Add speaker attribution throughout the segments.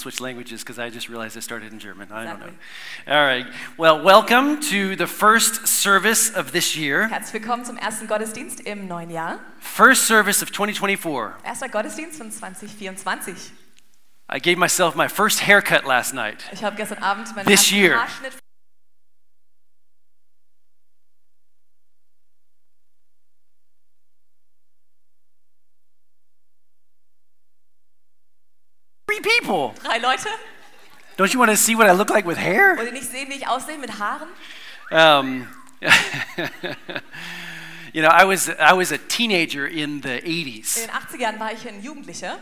Speaker 1: switch languages because I just realized I started in German. I don't know. All right. Well, welcome to the first service of this year.
Speaker 2: Herzlich willkommen zum ersten Gottesdienst im neuen Jahr.
Speaker 1: First service of 2024.
Speaker 2: Erster Gottesdienst von 2024.
Speaker 1: I gave myself my first haircut last night.
Speaker 2: Ich habe gestern Abend meinen
Speaker 1: This
Speaker 2: ersten
Speaker 1: year.
Speaker 2: Haarschnitt.
Speaker 1: Three people.
Speaker 2: Drei Leute.
Speaker 1: Don't you want to see what I look like with hair?
Speaker 2: Wollt ihr nicht sehen, wie ich aussehe mit Haaren?
Speaker 1: Um, you know, I was I was a teenager in the
Speaker 2: In
Speaker 1: 80s.
Speaker 2: den 80er Jahren war ich ein Jugendlicher.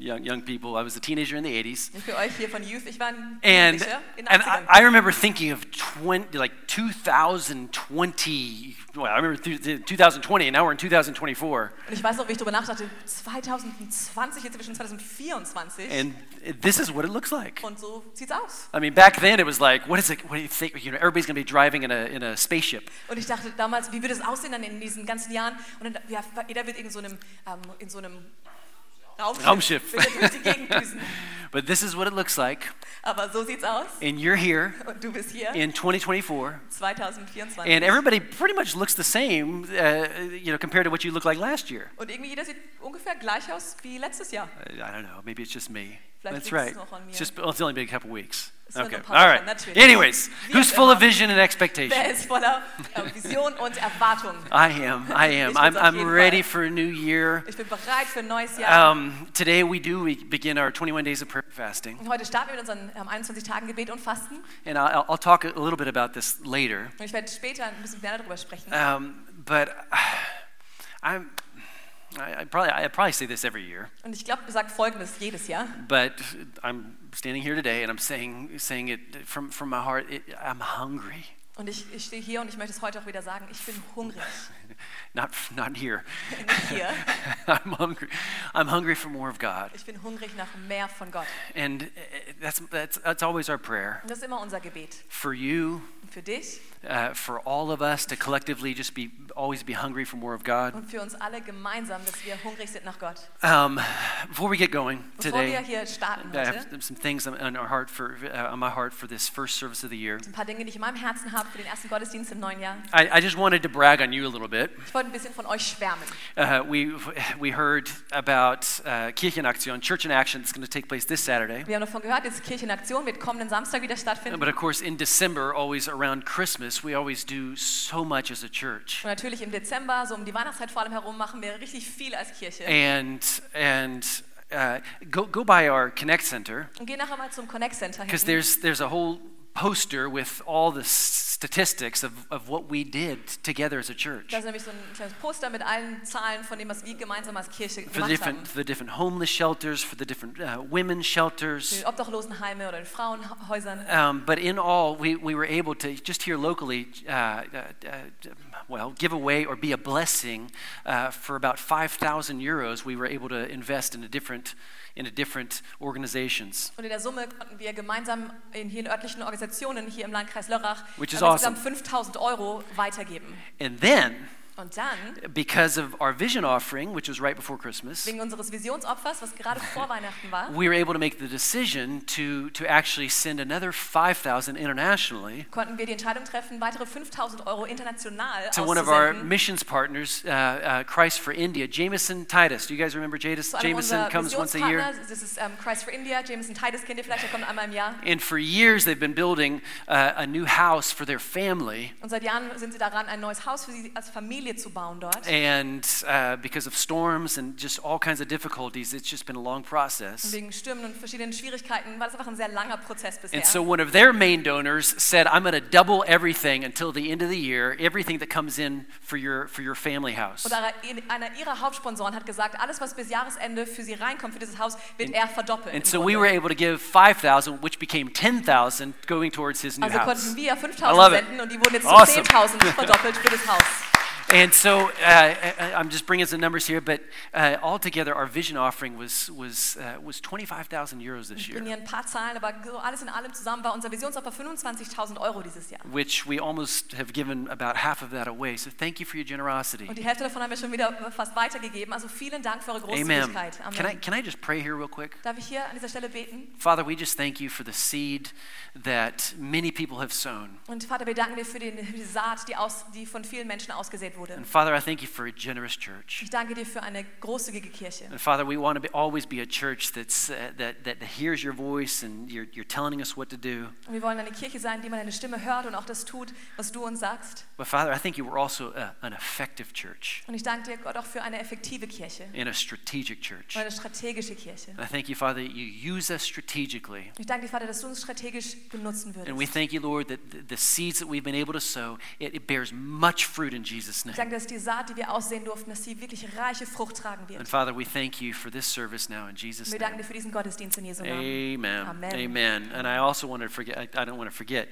Speaker 1: Young, young people. I was a teenager in the 80s.
Speaker 2: Für euch hier von Youth, ich war ein
Speaker 1: And,
Speaker 2: Jugendlicher in den
Speaker 1: and
Speaker 2: 80ern.
Speaker 1: I, I remember thinking of 20, like 2020. Well, I remember th- th- 2020, and now we're in 2024.
Speaker 2: Und ich weiß noch, wie ich darüber nachdachte, 2020, jetzt zwischen 2024.
Speaker 1: And this is what it looks like.
Speaker 2: und so sieht's aus.
Speaker 1: I mean, back then it was like, what is it? What do you think? You know, everybody's going to be driving in a, in a spaceship.
Speaker 2: Und ich dachte damals, wie würde es aussehen dann in diesen ganzen Jahren? Und dann, ja, jeder wird in so einem, ähm, in so einem Raumschiff,
Speaker 1: Raumschiff.
Speaker 2: Wird er durch die Gegend düsen.
Speaker 1: But this is what it looks like.
Speaker 2: Aber so sieht's aus.
Speaker 1: And you're here
Speaker 2: Und du bist hier
Speaker 1: in 2024.
Speaker 2: 2024.
Speaker 1: And everybody pretty much looks the same, uh, you know, compared to what you looked like last year.
Speaker 2: und irgendwie jeder sieht ungefähr gleich aus wie letztes Jahr.
Speaker 1: Uh, I don't know. Maybe it's just me.
Speaker 2: Vielleicht
Speaker 1: That's right.
Speaker 2: liegt's noch an mir.
Speaker 1: It's just well, it's only been a couple weeks.
Speaker 2: Es sind noch
Speaker 1: Okay.
Speaker 2: ein
Speaker 1: All
Speaker 2: paar
Speaker 1: right.
Speaker 2: Wochen, natürlich.
Speaker 1: Anyways,
Speaker 2: Wie
Speaker 1: who's
Speaker 2: auch
Speaker 1: full of
Speaker 2: immer.
Speaker 1: vision and expectation?
Speaker 2: Wer ist voller äh, Vision und Erwartung?
Speaker 1: I am. I am.
Speaker 2: Ich
Speaker 1: I'm,
Speaker 2: bin's auf
Speaker 1: I'm
Speaker 2: jeden
Speaker 1: ready
Speaker 2: Fall.
Speaker 1: for a new year.
Speaker 2: Ich bin bereit für ein neues Jahr.
Speaker 1: Um, today we do we begin our 21 days of prayer and fasting,
Speaker 2: und heute starten wir mit unseren ähm, 21 Tagen Gebet und Fasten.
Speaker 1: and I'll, I'll talk a little bit about this later.
Speaker 2: Und ich werde später ein bisschen mehr darüber sprechen.
Speaker 1: Um, but I'm. I, I probably I probably say this every year,
Speaker 2: Und ich glaube, sagt Folgendes jedes Jahr.
Speaker 1: but I'm standing here today and I'm saying saying it from from my heart. It, I'm hungry,
Speaker 2: Und ich, ich stehe hier und ich möchte es heute auch wieder sagen. Ich bin hungrig.
Speaker 1: not not here.
Speaker 2: Nicht hier.
Speaker 1: I'm hungry. I'm hungry for more of God,
Speaker 2: Ich bin hungrig nach mehr von Gott.
Speaker 1: and uh, that's that's that's always our prayer
Speaker 2: Und das ist immer unser Gebet.
Speaker 1: for you,
Speaker 2: Und für dich
Speaker 1: uh, for all of us to collectively just be always be hungry for more of God.
Speaker 2: und für uns alle gemeinsam, dass wir hungrig sind nach Gott.
Speaker 1: Um, before we get going
Speaker 2: Bevor wir
Speaker 1: today,
Speaker 2: hier starten
Speaker 1: I
Speaker 2: heute,
Speaker 1: have some things on, on our heart for uh, on my heart for this first service of the year.
Speaker 2: ein paar Dinge, die ich in meinem Herzen habe für den ersten Gottesdienst im neuen Jahr.
Speaker 1: I, I just wanted to brag on you a little bit.
Speaker 2: Ich wollte ein bisschen von euch schwärmen.
Speaker 1: Uh, we we heard about uh, Kirchenaktion, Church in Action, that's going to take place this Saturday.
Speaker 2: Wir haben davon gehört, jetzt Kirche in Aktion wird kommenden Samstag wieder stattfinden.
Speaker 1: But of course, in December, always around Christmas, we always do so much as a church.
Speaker 2: Und natürlich im Dezember, so um die Weihnachtszeit vor allem herum, machen wir richtig viel als Kirche.
Speaker 1: And and uh, go go by our Connect Center
Speaker 2: Und geh nachher mal zum Connect Center
Speaker 1: because
Speaker 2: hinten.
Speaker 1: there's there's a whole poster with all the s- statistics of, of what we did together as a church.
Speaker 2: Da ist nämlich so ein kleines Poster mit allen Zahlen von dem, was wir gemeinsam als Kirche
Speaker 1: for the
Speaker 2: gemacht haben.
Speaker 1: different for the different homeless shelters, for the different uh, women's
Speaker 2: Für
Speaker 1: shelters.
Speaker 2: die Obdachlosenheime oder in Frauenhäusern.
Speaker 1: Um, but in all, we, we were able to just here locally, uh, uh, uh, well, give away or be a blessing uh, for about 5,000 euros. We were able to invest in a different in a different organizations.
Speaker 2: Und in der Summe konnten wir gemeinsam in hier in örtlichen Organisationen hier im Landkreis Lörrach
Speaker 1: Which is
Speaker 2: ähm, insgesamt
Speaker 1: awesome.
Speaker 2: 5000 Euro weitergeben.
Speaker 1: And then,
Speaker 2: Und dann,
Speaker 1: because of our vision offering, which was right before Christmas,
Speaker 2: wegen unseres Visionsopfers, was gerade vor Weihnachten war,
Speaker 1: we were able to make the decision to to actually send another 5,000 internationally
Speaker 2: konnten wir die Entscheidung treffen, weitere 5000 Euro international
Speaker 1: to one of our
Speaker 2: auszusenden.
Speaker 1: missions partners, uh, uh, Christ for India, Jameson Titus. Do you guys remember Jadis?
Speaker 2: Zu einem
Speaker 1: Jameson
Speaker 2: unserer
Speaker 1: comes once a
Speaker 2: Missionspartner,
Speaker 1: year.
Speaker 2: Das ist ähm, Christ for India, Jameson Titus kennt ihr vielleicht, der kommt einmal im Jahr.
Speaker 1: And for years, they've been building uh, a new house for their family.
Speaker 2: Und seit Jahren sind sie daran, ein neues Haus für sie als Familie zu bauen dort.
Speaker 1: And uh, because of storms and just all kinds of difficulties, it's just been a long
Speaker 2: Und
Speaker 1: process.
Speaker 2: wegen Stürmen und verschiedenen Schwierigkeiten war das einfach ein sehr langer Prozess bisher.
Speaker 1: And so, one of their main donors said, I'm going to double everything until the end of the year, everything that comes in for your, for your family house.
Speaker 2: Und einer- einer ihrer Hauptsponsoren hat gesagt, alles, was bis Jahresende für sie reinkommt, für dieses Haus, wird er verdoppeln. im
Speaker 1: And so,
Speaker 2: Grunde.
Speaker 1: we were able to give 5,000, which became 10,000 going towards his new
Speaker 2: also
Speaker 1: house.
Speaker 2: konnten wir
Speaker 1: I love
Speaker 2: 5.000
Speaker 1: it.
Speaker 2: senden und die wurden jetzt
Speaker 1: Awesome.
Speaker 2: zu 10.000 verdoppelt für das Haus.
Speaker 1: And so uh, I, I- I'm just bringing some numbers here, but uh, altogether our vision offering was, was, uh, was 25,000 euros this
Speaker 2: Ich bringe
Speaker 1: year,
Speaker 2: hier ein paar Zahlen, aber so alles in allem zusammen war unser Visionsopfer 25.000 Euro dieses Jahr.
Speaker 1: which we almost have given about half of that away. So thank you for your generosity.
Speaker 2: Und die Hälfte davon haben wir schon wieder fast weitergegeben. Also vielen Dank für eure
Speaker 1: Amen.
Speaker 2: Großzügigkeit.
Speaker 1: Can I, can I just pray here real quick?
Speaker 2: Darf ich hier an dieser Stelle beten?
Speaker 1: Father, we just thank you for the seed that many people have sown.
Speaker 2: Und Vater, wir danken dir für den, die Saat, die, aus, die von vielen Menschen ausgesät wurde.
Speaker 1: And Father, I thank you for a generous church.
Speaker 2: Ich danke dir für eine großzügige Kirche.
Speaker 1: And Father, we want to be, always be a church that's, uh, that, that hears your voice and you're, you're telling us what to do.
Speaker 2: Und wir wollen eine Kirche sein, die man deine Stimme hört und auch das tut, was du uns sagst.
Speaker 1: But Father, I think you were also a, an effective church
Speaker 2: Und ich danke dir, Gott, auch für eine effektive Kirche und
Speaker 1: and a strategic church.
Speaker 2: eine strategische Kirche.
Speaker 1: And I thank you, Father, that you use us strategically.
Speaker 2: Und ich danke dir, Vater, dass du uns strategisch benutzen
Speaker 1: And we
Speaker 2: würdest.
Speaker 1: thank you, Lord, that the, the seeds that we've been able to sow, it, it bears much fruit in Jesus'
Speaker 2: Ich
Speaker 1: name.
Speaker 2: danke, dass die Saat, die wir aussehen durften, dass sie wirklich reiche Frucht tragen
Speaker 1: And
Speaker 2: wird.
Speaker 1: Father, we thank you for this service now in Jesus'
Speaker 2: Und wir danken
Speaker 1: name.
Speaker 2: dir für diesen Gottesdienst in Jesu Namen.
Speaker 1: Amen.
Speaker 2: Amen.
Speaker 1: And I also want to forget, I, I don't want to forget,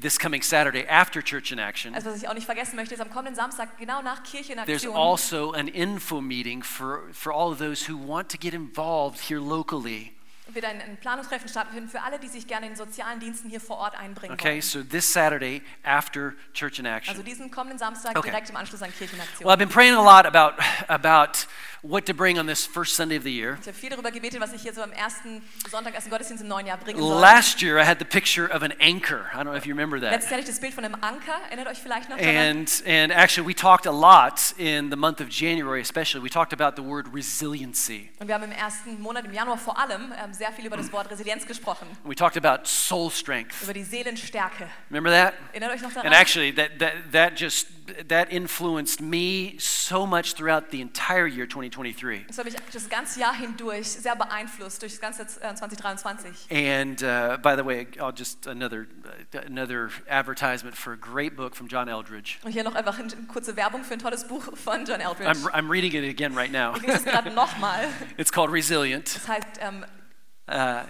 Speaker 1: this coming Saturday after Church in Action,
Speaker 2: Also was ich auch nicht vergessen möchte, ist am kommenden Samstag, genau nach Kirche in
Speaker 1: there's
Speaker 2: Aktion,
Speaker 1: also an info meeting for, for all of those who want to get involved here locally.
Speaker 2: wird ein, ein Planungstreffen stattfinden für alle, die sich gerne in den sozialen Diensten hier vor Ort einbringen
Speaker 1: Okay,
Speaker 2: wollen.
Speaker 1: so this Saturday after Church in
Speaker 2: Also
Speaker 1: Action.
Speaker 2: diesen kommenden Samstag
Speaker 1: Okay.
Speaker 2: direkt im Anschluss an Kirchenaktion.
Speaker 1: Well, I've been praying a lot about, about what to bring on this first Sunday of the year.
Speaker 2: ich habe viel darüber gebetet, was ich hier so am ersten Sonntag, ersten Gottesdienst im neuen Jahr bringen soll.
Speaker 1: Last year, I had the picture of an anchor. I don't know if you remember
Speaker 2: Letztes
Speaker 1: that.
Speaker 2: Jahr hatte ich das Bild von einem Anker, erinnert euch vielleicht noch daran.
Speaker 1: And, and actually, we talked a lot in the month of January, especially. We talked about the word resiliency.
Speaker 2: Und wir haben im ersten Monat, im Januar vor allem, ähm, sehr viel über das Wort Resilienz gesprochen,
Speaker 1: We talked about soul strength.
Speaker 2: über die Seelenstärke.
Speaker 1: Remember that?
Speaker 2: Erinnert euch noch daran?
Speaker 1: And actually, that, that, that just that influenced me so much throughout the entire year 2023.
Speaker 2: das hat mich das ganze Jahr hindurch sehr beeinflusst, durch das ganze äh, 2023.
Speaker 1: And uh, by the way, I'll just another another advertisement for a great book from John Eldridge.
Speaker 2: Und hier noch einfach eine kurze Werbung für ein tolles Buch von John Eldridge.
Speaker 1: I'm, I'm reading it again right now.
Speaker 2: Ich lese es gerade nochmal.
Speaker 1: It's called Resilient.
Speaker 2: Das heißt, ähm,
Speaker 1: Uh,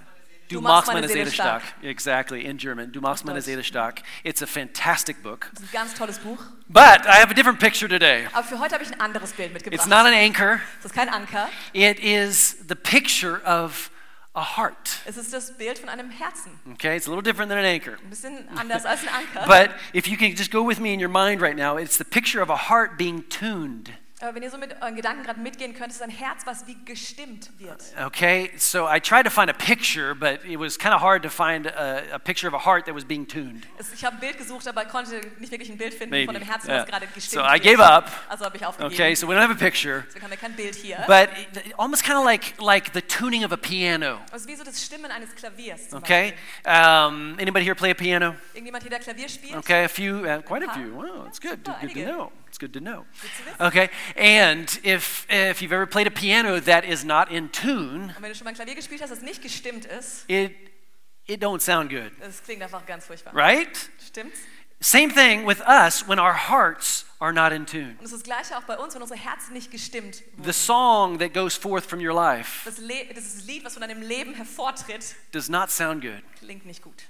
Speaker 1: Du
Speaker 2: Du
Speaker 1: machst
Speaker 2: machst
Speaker 1: meine
Speaker 2: meine
Speaker 1: Seele
Speaker 2: Seele
Speaker 1: stark. Exactly, in German. Du machst meine
Speaker 2: Deutsch.
Speaker 1: Seele stark. It's a fantastic book.
Speaker 2: das ist ein ganz tolles Buch.
Speaker 1: But I have a different picture today.
Speaker 2: Aber für heute habe ich ein anderes Bild
Speaker 1: It's
Speaker 2: mitgebracht.
Speaker 1: not an anchor,
Speaker 2: Es ist kein Anker.
Speaker 1: it is the picture of a heart.
Speaker 2: Es ist das Bild von einem Herzen.
Speaker 1: Okay, it's a little different than an anchor.
Speaker 2: Ein bisschen anders als ein Anker.
Speaker 1: But if you can just go with me in your mind right now, it's the picture of a heart being tuned.
Speaker 2: Aber wenn ihr so mit euren Gedanken gerade mitgehen könnt, ist es ein Herz, was wie gestimmt wird.
Speaker 1: Okay, so I tried to find a picture, but it was kind of hard to find a, a picture of a heart that was being tuned.
Speaker 2: Es, ich habe ein Bild gesucht, aber konnte nicht wirklich ein Bild finden
Speaker 1: Maybe,
Speaker 2: von einem Herzen,
Speaker 1: yeah.
Speaker 2: was gerade gestimmt
Speaker 1: So I
Speaker 2: wird.
Speaker 1: gave up.
Speaker 2: Also habe ich aufgegeben.
Speaker 1: Okay, so we don't have a picture,
Speaker 2: Deswegen haben wir kein Bild hier.
Speaker 1: but it, it almost kind of like like the tuning of a piano.
Speaker 2: Aber es ist Also wie so das Stimmen eines Klaviers. zum
Speaker 1: Okay,
Speaker 2: Beispiel.
Speaker 1: um, anybody here play a piano?
Speaker 2: Irgendjemand hier, der Klavier spielt?
Speaker 1: Okay, a few, uh, quite a few. Wow, it's good.
Speaker 2: super,
Speaker 1: Good to
Speaker 2: einige.
Speaker 1: know. It's good to know.
Speaker 2: Good to
Speaker 1: Okay, and if if you've ever played a piano that is not in tune,
Speaker 2: Und wenn du schon mal ein Klavier gespielt hast, das nicht gestimmt ist,
Speaker 1: it it don't sound good,
Speaker 2: das klingt einfach ganz furchtbar.
Speaker 1: right?
Speaker 2: Stimmt's?
Speaker 1: Same thing with us when our hearts are not in tune.
Speaker 2: Und es ist das Gleiche auch bei uns, wenn unsere Herzen nicht gestimmt wurden.
Speaker 1: The song that goes forth from your life
Speaker 2: Das, Le das ist das Lied, was von deinem Leben hervortritt,
Speaker 1: does not sound good.
Speaker 2: klingt nicht gut.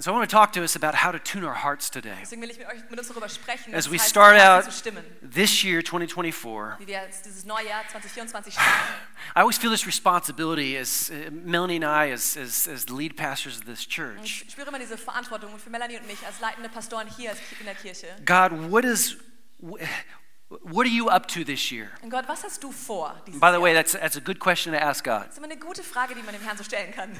Speaker 1: So I want to talk to us about how to tune our hearts today.
Speaker 2: Deswegen will ich mit, euch, mit uns darüber sprechen,
Speaker 1: As
Speaker 2: was
Speaker 1: we
Speaker 2: es heißt,
Speaker 1: start
Speaker 2: Herzen
Speaker 1: out-
Speaker 2: zu stimmen.
Speaker 1: This year 2024,
Speaker 2: Wie wir jetzt dieses neue Jahr 2024 starten.
Speaker 1: I always feel this responsibility as uh, Melanie and I as, as as the lead pastors of this
Speaker 2: Und
Speaker 1: church.
Speaker 2: Ich spüre immer diese Verantwortung für Melanie und mich als leitende Pastoren hier als Ki- in der Kirche.
Speaker 1: God, what is wh- what are you up to this year?
Speaker 2: Und Gott, was hast du vor dieses
Speaker 1: By the
Speaker 2: Jahr?
Speaker 1: way, that's that's a good question to ask God.
Speaker 2: das ist immer eine gute Frage, die man dem Herrn so stellen kann.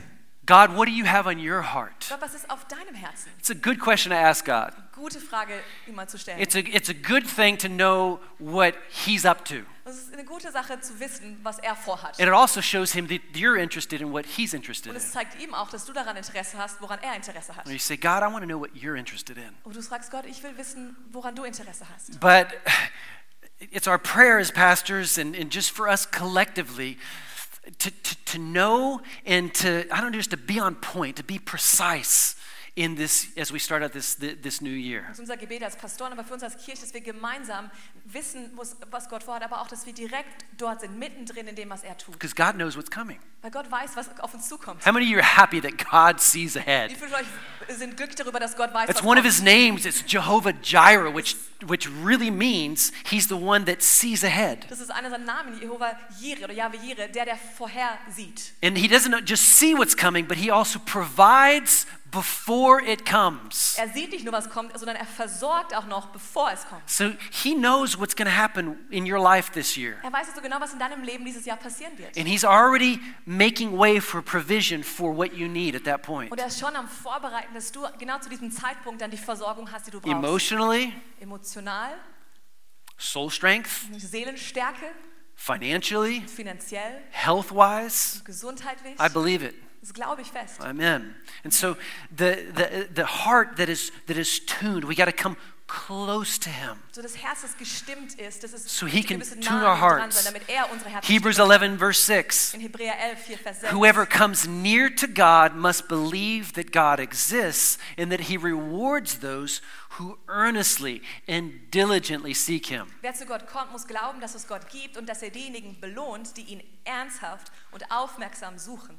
Speaker 1: God, what do you have on your heart?
Speaker 2: Gott, was ist auf deinem Herzen?
Speaker 1: It's a good question to ask God.
Speaker 2: Gute Frage, ihm mal zu stellen.
Speaker 1: It's a it's a good thing to know what he's up to.
Speaker 2: Es ist eine gute Sache zu wissen, was er vorhat.
Speaker 1: And it also shows him that you're interested in what he's interested
Speaker 2: Und
Speaker 1: in.
Speaker 2: es zeigt ihm auch, dass du daran Interesse hast, woran er Interesse hat.
Speaker 1: When you say, God, I want to know what you're interested in.
Speaker 2: Und du fragst Gott, ich will wissen, woran du Interesse hast.
Speaker 1: But it's our prayer as pastors and, and just for us collectively to, to, to know and to, I don't know, just to be on point, to be precise in this as we start out this, thi- this new year.
Speaker 2: Das ist unser Gebet als Pastoren, aber für uns als Kirche, dass wir gemeinsam wissen, was- was Gott vorhat, aber auch, dass wir direkt dort sind, mittendrin in dem, was er tut.
Speaker 1: Because God knows what's coming.
Speaker 2: Weil Gott weiß, was auf uns zukommt.
Speaker 1: How many of you are happy that God sees
Speaker 2: Wie
Speaker 1: ahead?
Speaker 2: viele von euch sind glücklich darüber, dass Gott weiß,
Speaker 1: That's
Speaker 2: was
Speaker 1: one of
Speaker 2: kommt.
Speaker 1: his names. It's Jehovah Jireh, which, which really means he's the one that sees ahead.
Speaker 2: Das ist einer seiner Namen, Jehova Jireh oder Jahwe Jireh, der, der vorhersieht.
Speaker 1: And he doesn't just see what's coming, but he also provides before it comes.
Speaker 2: Er sieht nicht nur, was kommt, sondern er versorgt auch noch, bevor es kommt.
Speaker 1: So he knows what's going to happen in your life this year.
Speaker 2: Er weiß also genau, was in deinem Leben dieses Jahr passieren wird.
Speaker 1: And he's already making way for provision for what you need at that point.
Speaker 2: Und er ist schon am Vorbereiten, dass du genau zu diesem Zeitpunkt dann die Versorgung hast, die du brauchst.
Speaker 1: Emotionally,
Speaker 2: Emotional,
Speaker 1: soul strength,
Speaker 2: Seelenstärke,
Speaker 1: financially,
Speaker 2: finanziell,
Speaker 1: health wise.
Speaker 2: gesundheitlich.
Speaker 1: I believe it.
Speaker 2: Das glaube ich fest.
Speaker 1: Amen. And so the, the, the heart that is, that is tuned, we got to come close to him.
Speaker 2: So das Herz, das gestimmt ist, das ist
Speaker 1: So he
Speaker 2: wir
Speaker 1: can
Speaker 2: müssen
Speaker 1: tune our
Speaker 2: nah an ihm dran
Speaker 1: hearts.
Speaker 2: sein, damit er unsere Herzen
Speaker 1: Hebrews
Speaker 2: stimmt.
Speaker 1: 11, verse 6.
Speaker 2: In Hebräer 11, 4, Vers 6.
Speaker 1: Whoever comes near to God must believe that God exists and that he rewards those who earnestly and diligently seek him.
Speaker 2: Wer zu Gott kommt, muss glauben, dass es Gott gibt und dass er diejenigen belohnt, die ihn ernsthaft und aufmerksam suchen.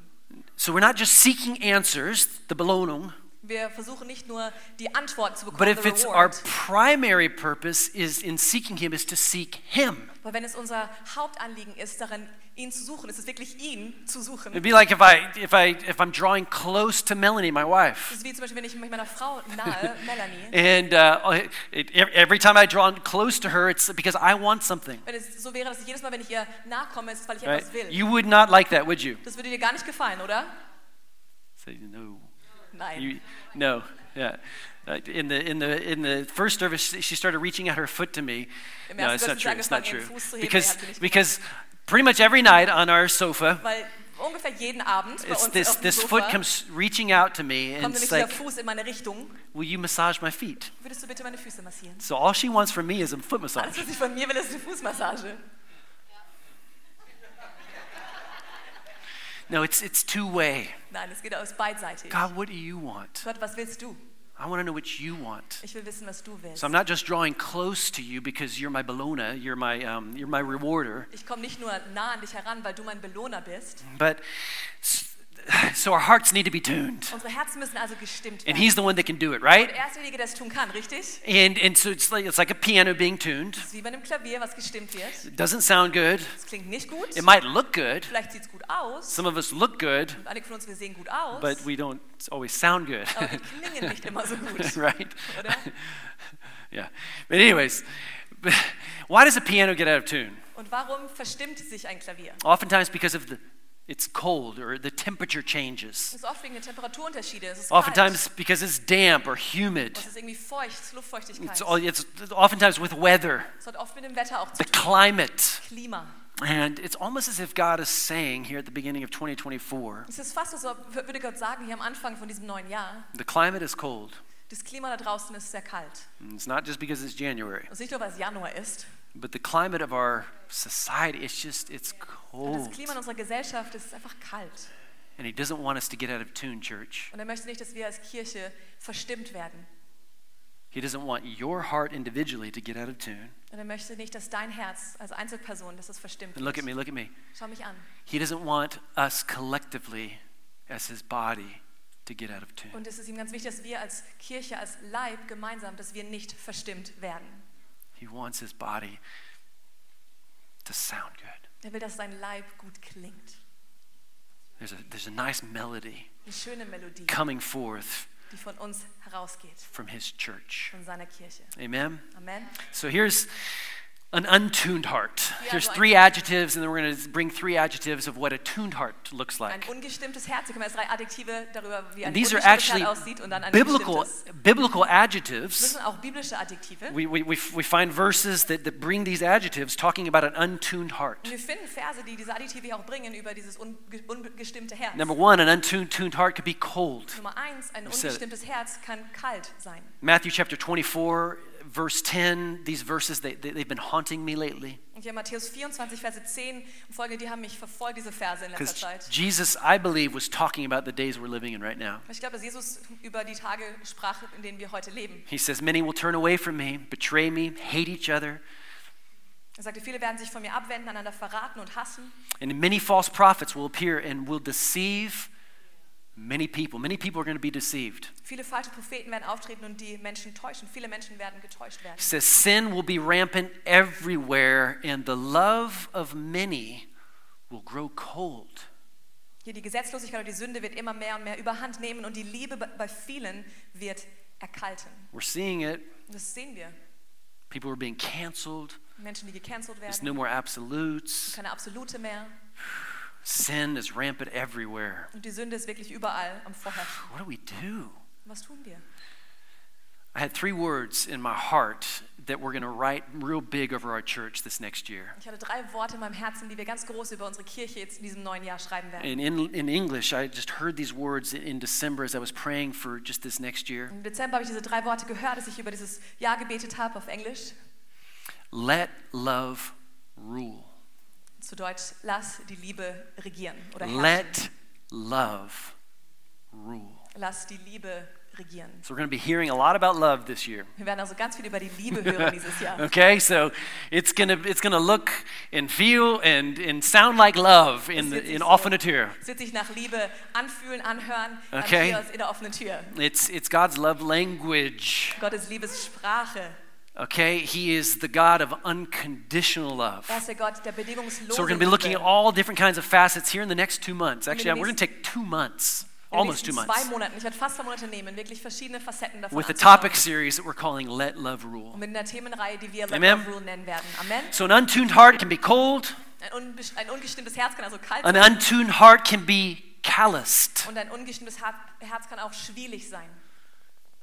Speaker 1: So we're not just seeking answers, the Belohnung,
Speaker 2: Wir versuchen nicht nur die Antworten zu bekommen,
Speaker 1: but if
Speaker 2: the
Speaker 1: it's our
Speaker 2: reward.
Speaker 1: primary purpose is in seeking him is to seek him.
Speaker 2: Aber wenn es unser Hauptanliegen ist, darin ihn zu suchen, ist es wirklich ihn zu suchen.
Speaker 1: It'd be like if I if I if I'm drawing close to Melanie, my wife.
Speaker 2: Das ist wie zum Beispiel, wenn ich mich meiner Frau nahe,
Speaker 1: And
Speaker 2: Melanie,
Speaker 1: uh, it, ev- every time I draw close to her, it's because I want something.
Speaker 2: wenn es so wäre, dass ich jedes Mal, wenn ich ihr nahe komme, ist es, weil ich
Speaker 1: Right?
Speaker 2: etwas will.
Speaker 1: You would not like that, would you?
Speaker 2: das würde dir gar nicht gefallen, oder?
Speaker 1: Say no.
Speaker 2: Nein.
Speaker 1: You, no. Yeah. Uh, In the in the in the first service, she started reaching out her foot to me.
Speaker 2: Im
Speaker 1: No,
Speaker 2: ersten
Speaker 1: it's not
Speaker 2: Gottesdienst
Speaker 1: true. It's not
Speaker 2: angefangen, ihren
Speaker 1: true.
Speaker 2: Fuß zu heben,
Speaker 1: Because
Speaker 2: hat sie nicht
Speaker 1: because pretty much every night on our sofa,
Speaker 2: Weil ungefähr jeden Abend bei
Speaker 1: it's
Speaker 2: uns
Speaker 1: this
Speaker 2: auf dem
Speaker 1: this
Speaker 2: Sofa
Speaker 1: foot comes reaching out to me, and
Speaker 2: kommt nämlich
Speaker 1: it's
Speaker 2: dieser
Speaker 1: like,
Speaker 2: Fuß in meine Richtung.
Speaker 1: "Will you massage my feet?"
Speaker 2: Würdest du bitte meine Füße massieren?
Speaker 1: So all she wants from me is a foot
Speaker 2: Alles,
Speaker 1: massage.
Speaker 2: was ich von mir will, ist eine Fußmassage.
Speaker 1: No, it's it's two way.
Speaker 2: Nein, es geht aus beidseitig.
Speaker 1: God, what do you want?
Speaker 2: Gott, was willst du?
Speaker 1: I want to know what you want.
Speaker 2: Ich will wissen, was du willst.
Speaker 1: So I'm not just drawing close to you because you're my Bologna, you're my, um, you're my rewarder,
Speaker 2: Ich komme nicht nur nah an dich heran, weil du mein Belohner bist.
Speaker 1: but s- so our hearts need to be tuned.
Speaker 2: Unsere Herzen müssen also gestimmt
Speaker 1: And
Speaker 2: werden.
Speaker 1: he's the one that can do it, right?
Speaker 2: Er ist derjenige, der es tun kann, richtig?
Speaker 1: And, and so it's like, it's like a piano being tuned.
Speaker 2: Das ist wie bei einem Klavier, was gestimmt wird.
Speaker 1: It doesn't sound good.
Speaker 2: Das klingt nicht gut.
Speaker 1: It might look good.
Speaker 2: Vielleicht sieht es gut aus.
Speaker 1: Some of us look good,
Speaker 2: Einige von uns, wir sehen gut aus.
Speaker 1: but we don't always sound good,
Speaker 2: aber wir klingen nicht immer so gut.
Speaker 1: right?
Speaker 2: Oder?
Speaker 1: Yeah. But, anyways, why does a piano get out of tune?
Speaker 2: Und warum verstimmt sich ein Klavier?
Speaker 1: Oftentimes because of the, it's cold or the temperature changes.
Speaker 2: Das ist oft wegen der Temperaturunterschiede. Es ist
Speaker 1: Oftentimes because it's damp or humid.
Speaker 2: kalt. Es ist irgendwie feucht, Luftfeuchtigkeit.
Speaker 1: It's, all, it's oftentimes with weather,
Speaker 2: Es hat oft mit dem Wetter auch zu
Speaker 1: the
Speaker 2: tun.
Speaker 1: climate.
Speaker 2: Klima.
Speaker 1: And it's almost as if God is saying here at the beginning of 2024
Speaker 2: Es ist fast so, als ob- würde Gott sagen, hier am Anfang von diesem neuen Jahr,
Speaker 1: the climate is cold.
Speaker 2: das Klima da draußen ist sehr kalt.
Speaker 1: And it's not just because it's January,
Speaker 2: Und es ist nicht nur, weil es Januar ist.
Speaker 1: but the climate of our society, it's just, it's
Speaker 2: Das
Speaker 1: cold.
Speaker 2: Klima in unserer Gesellschaft ist einfach kalt.
Speaker 1: And He doesn't want us to get out of tune, church.
Speaker 2: Und er möchte nicht, dass wir als Kirche verstimmt werden.
Speaker 1: He doesn't want your heart individually to get out of tune.
Speaker 2: Und er möchte nicht, dass dein Herz als Einzelperson, dass es verstimmt
Speaker 1: And look at
Speaker 2: wird.
Speaker 1: me, look at me.
Speaker 2: Schau mich an.
Speaker 1: He doesn't want us collectively as His body to get out of tune.
Speaker 2: Und es ist ihm ganz wichtig, dass wir als Kirche, als Leib gemeinsam, dass wir nicht verstimmt werden.
Speaker 1: He wants his body to sound good.
Speaker 2: Er will, dass sein Leib gut klingt.
Speaker 1: There's a, there's a nice melody
Speaker 2: Eine schöne Melodie,
Speaker 1: coming forth
Speaker 2: die von uns herausgeht,
Speaker 1: from his church.
Speaker 2: von seiner Kirche.
Speaker 1: Amen?
Speaker 2: Amen.
Speaker 1: So here's an untuned heart.
Speaker 2: Yeah,
Speaker 1: There's
Speaker 2: well, I-
Speaker 1: three adjectives, and then we're going to bring three adjectives of what a tuned heart looks
Speaker 2: Ein
Speaker 1: like.
Speaker 2: ungestimmtes Herz. Hier kommen jetzt drei Adjektive darüber, wie ein
Speaker 1: And these are
Speaker 2: ungestimmtes Herz
Speaker 1: actually
Speaker 2: aussieht und dann ein
Speaker 1: biblical,
Speaker 2: gestimmtes.
Speaker 1: biblical
Speaker 2: Das
Speaker 1: adjectives.
Speaker 2: sind auch biblische Adjektive.
Speaker 1: We, we, we, f- we find verses that, that bring these adjectives talking about an untuned heart.
Speaker 2: Und wir finden Verse, die diese Adjektive hier auch bringen über dieses unge- ungestimmte Herz.
Speaker 1: Number one, an untuned tuned heart could be cold.
Speaker 2: Nummer eins, ein
Speaker 1: You said it.
Speaker 2: ungestimmtes Herz kann kalt sein.
Speaker 1: Matthew chapter 24, verse 10, these verses, they, they, they've been haunting me lately.
Speaker 2: Und hier Matthäus 24, Verse 10 und Folge, die haben mich verfolgt, diese Verse in letzter
Speaker 1: Because
Speaker 2: Zeit.
Speaker 1: Jesus, I believe, was talking about the days we're living in right now.
Speaker 2: Ich glaube, dass Jesus über die Tage sprach, in denen wir heute leben.
Speaker 1: He says, Many will turn away from me, betray me, hate each other,
Speaker 2: Er sagte, viele werden sich von mir abwenden, einander verraten und hassen.
Speaker 1: and many false prophets will appear and will deceive many people. Many people are going to be deceived.
Speaker 2: Viele falsche Propheten werden auftreten und die Menschen täuschen. Viele Menschen werden getäuscht werden.
Speaker 1: It says sin will be rampant everywhere, and the love of many will grow cold.
Speaker 2: Hier die Gesetzlosigkeit und die Sünde wird immer mehr und mehr überhand nehmen und die Liebe bei- bei vielen wird erkalten.
Speaker 1: We're seeing it.
Speaker 2: Und das sehen wir.
Speaker 1: People are being canceled.
Speaker 2: Menschen, die gecancelt
Speaker 1: There's
Speaker 2: werden,
Speaker 1: no more absolutes.
Speaker 2: keine Absolute mehr.
Speaker 1: Sin is rampant everywhere.
Speaker 2: Und die Sünde ist wirklich überall am Vorherrschen.
Speaker 1: What do we do?
Speaker 2: Was tun wir?
Speaker 1: I had three words in my heart that we're going to write real big over our church this next year.
Speaker 2: Ich hatte drei Worte in meinem Herzen, die wir ganz groß über unsere Kirche jetzt in diesem neuen Jahr schreiben werden.
Speaker 1: And in, in English, I just heard these words in December as I was praying for just this next year.
Speaker 2: Im Dezember habe ich diese drei Worte gehört, dass ich über dieses Jahr gebetet habe auf Englisch.
Speaker 1: Let love rule.
Speaker 2: Zu Deutsch, lass die Liebe regieren. Oder herrschen.
Speaker 1: Let love rule.
Speaker 2: lass die Liebe regieren.
Speaker 1: So we're going to be hearing a lot about love this year.
Speaker 2: Wir werden also ganz viel über die Liebe hören dieses Jahr.
Speaker 1: Okay, so it's gonna it's gonna look and feel and, and sound like love in the, in offene Tür.
Speaker 2: Es wird sich nach Liebe anfühlen, anhören, dann
Speaker 1: Okay.
Speaker 2: hier aus in der offenen Tür.
Speaker 1: It's it's God's love language.
Speaker 2: Gottes Liebessprache.
Speaker 1: Okay, He is the God of unconditional love.
Speaker 2: Er ist der Gott der bedingungslosen
Speaker 1: So we're going to be looking at
Speaker 2: Liebe.
Speaker 1: all different kinds of facets here in the next two months.
Speaker 2: the
Speaker 1: Actually, we're going
Speaker 2: next-
Speaker 1: to take two months,
Speaker 2: In den
Speaker 1: almost two
Speaker 2: nächsten
Speaker 1: months,
Speaker 2: Zwei Monaten. Ich werde fast zwei Monate nehmen, wirklich verschiedene Facetten davon.
Speaker 1: with a
Speaker 2: anzuschauen.
Speaker 1: topic series that we're calling "Let Love
Speaker 2: Und
Speaker 1: Rule."
Speaker 2: mit einer Themenreihe, die wir Let
Speaker 1: Amen.
Speaker 2: Love Rule nennen werden. Amen.
Speaker 1: So an untuned heart can be cold.
Speaker 2: Ein, unbesch- ein ungestimmtes Herz kann also kalt
Speaker 1: An
Speaker 2: sein.
Speaker 1: untuned heart can be calloused.
Speaker 2: Und ein ungestimmtes Her- Herz kann auch schwielig sein.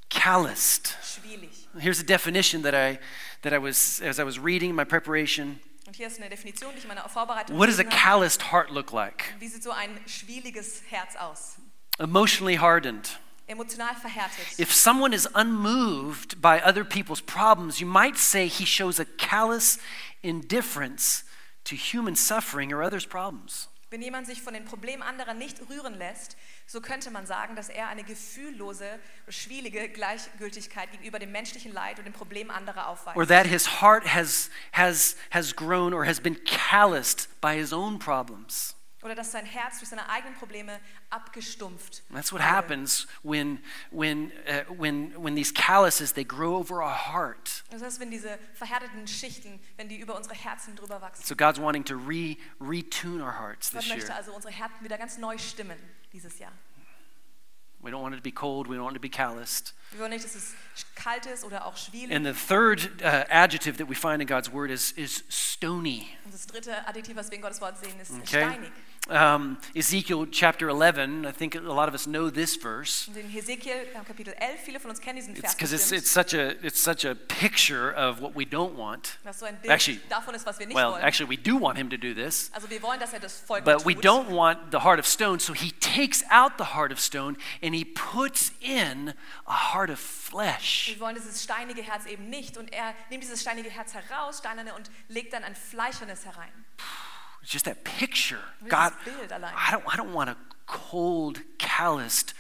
Speaker 1: Calloused.
Speaker 2: Schwielig.
Speaker 1: Here's a definition that I that I was as I was reading my preparation.
Speaker 2: Und hier ist eine Definition, die ich in meiner Vorbereitung
Speaker 1: What does a
Speaker 2: gelesen habe.
Speaker 1: calloused heart look like?
Speaker 2: Wie sieht so ein schwieliges Herz aus?
Speaker 1: Emotionally hardened.
Speaker 2: Emotional verhärtet.
Speaker 1: If someone is unmoved by other people's problems, you might say he shows a callous indifference to human suffering or others' problems.
Speaker 2: Wenn jemand sich von den Problemen anderer nicht rühren lässt, so könnte man sagen, dass er eine gefühllose, schwielige Gleichgültigkeit gegenüber dem menschlichen Leid und den Problemen anderer
Speaker 1: Or
Speaker 2: aufweist.
Speaker 1: that his heart has has has grown or has been calloused by his own problems.
Speaker 2: Oder dass sein Herz durch seine eigenen Probleme abgestumpft
Speaker 1: That's what
Speaker 2: wurde.
Speaker 1: happens when when uh, when when these calluses they grow over our heart.
Speaker 2: Das heißt, wenn diese verhärteten Schichten, wenn die über unsere Herzen drüber wachsen.
Speaker 1: So God's wanting to re retune our hearts
Speaker 2: Gott
Speaker 1: this year.
Speaker 2: möchte also unsere Herzen wieder ganz neu stimmen dieses Jahr.
Speaker 1: We don't want it to be cold. We don't want it to be calloused.
Speaker 2: Wir wollen nicht, dass es kalt ist oder auch schwierig.
Speaker 1: And the third uh, adjective that we find in God's word is is stony.
Speaker 2: Und das dritte Adjektiv, was wir in Gottes Wort sehen, ist
Speaker 1: Okay.
Speaker 2: steinig.
Speaker 1: Um, Ezekiel chapter 11. I think a lot of us know this verse.
Speaker 2: Und in Hesekiel äh, Kapitel 11, viele von uns kennen diesen
Speaker 1: It's
Speaker 2: Vers
Speaker 1: because it's,
Speaker 2: bestimmt,
Speaker 1: it's such a it's such a picture of what we don't want.
Speaker 2: was so ein Bild
Speaker 1: actually-
Speaker 2: davon ist, was wir nicht
Speaker 1: Well,
Speaker 2: wollen.
Speaker 1: actually, we do want Him to do this,
Speaker 2: also wir wollen, dass er das Volk
Speaker 1: but
Speaker 2: tut.
Speaker 1: we don't want the heart of stone. So He takes out the heart of stone and He puts in a heart of flesh.
Speaker 2: wir wollen dieses steinige Herz eben nicht. Und er nimmt dieses steinige Herz heraus, steinerne, und legt dann ein fleischernes herein.
Speaker 1: It's just that picture.
Speaker 2: This
Speaker 1: God,
Speaker 2: is Bild allein.
Speaker 1: I don't, I don't want a cold, calloused,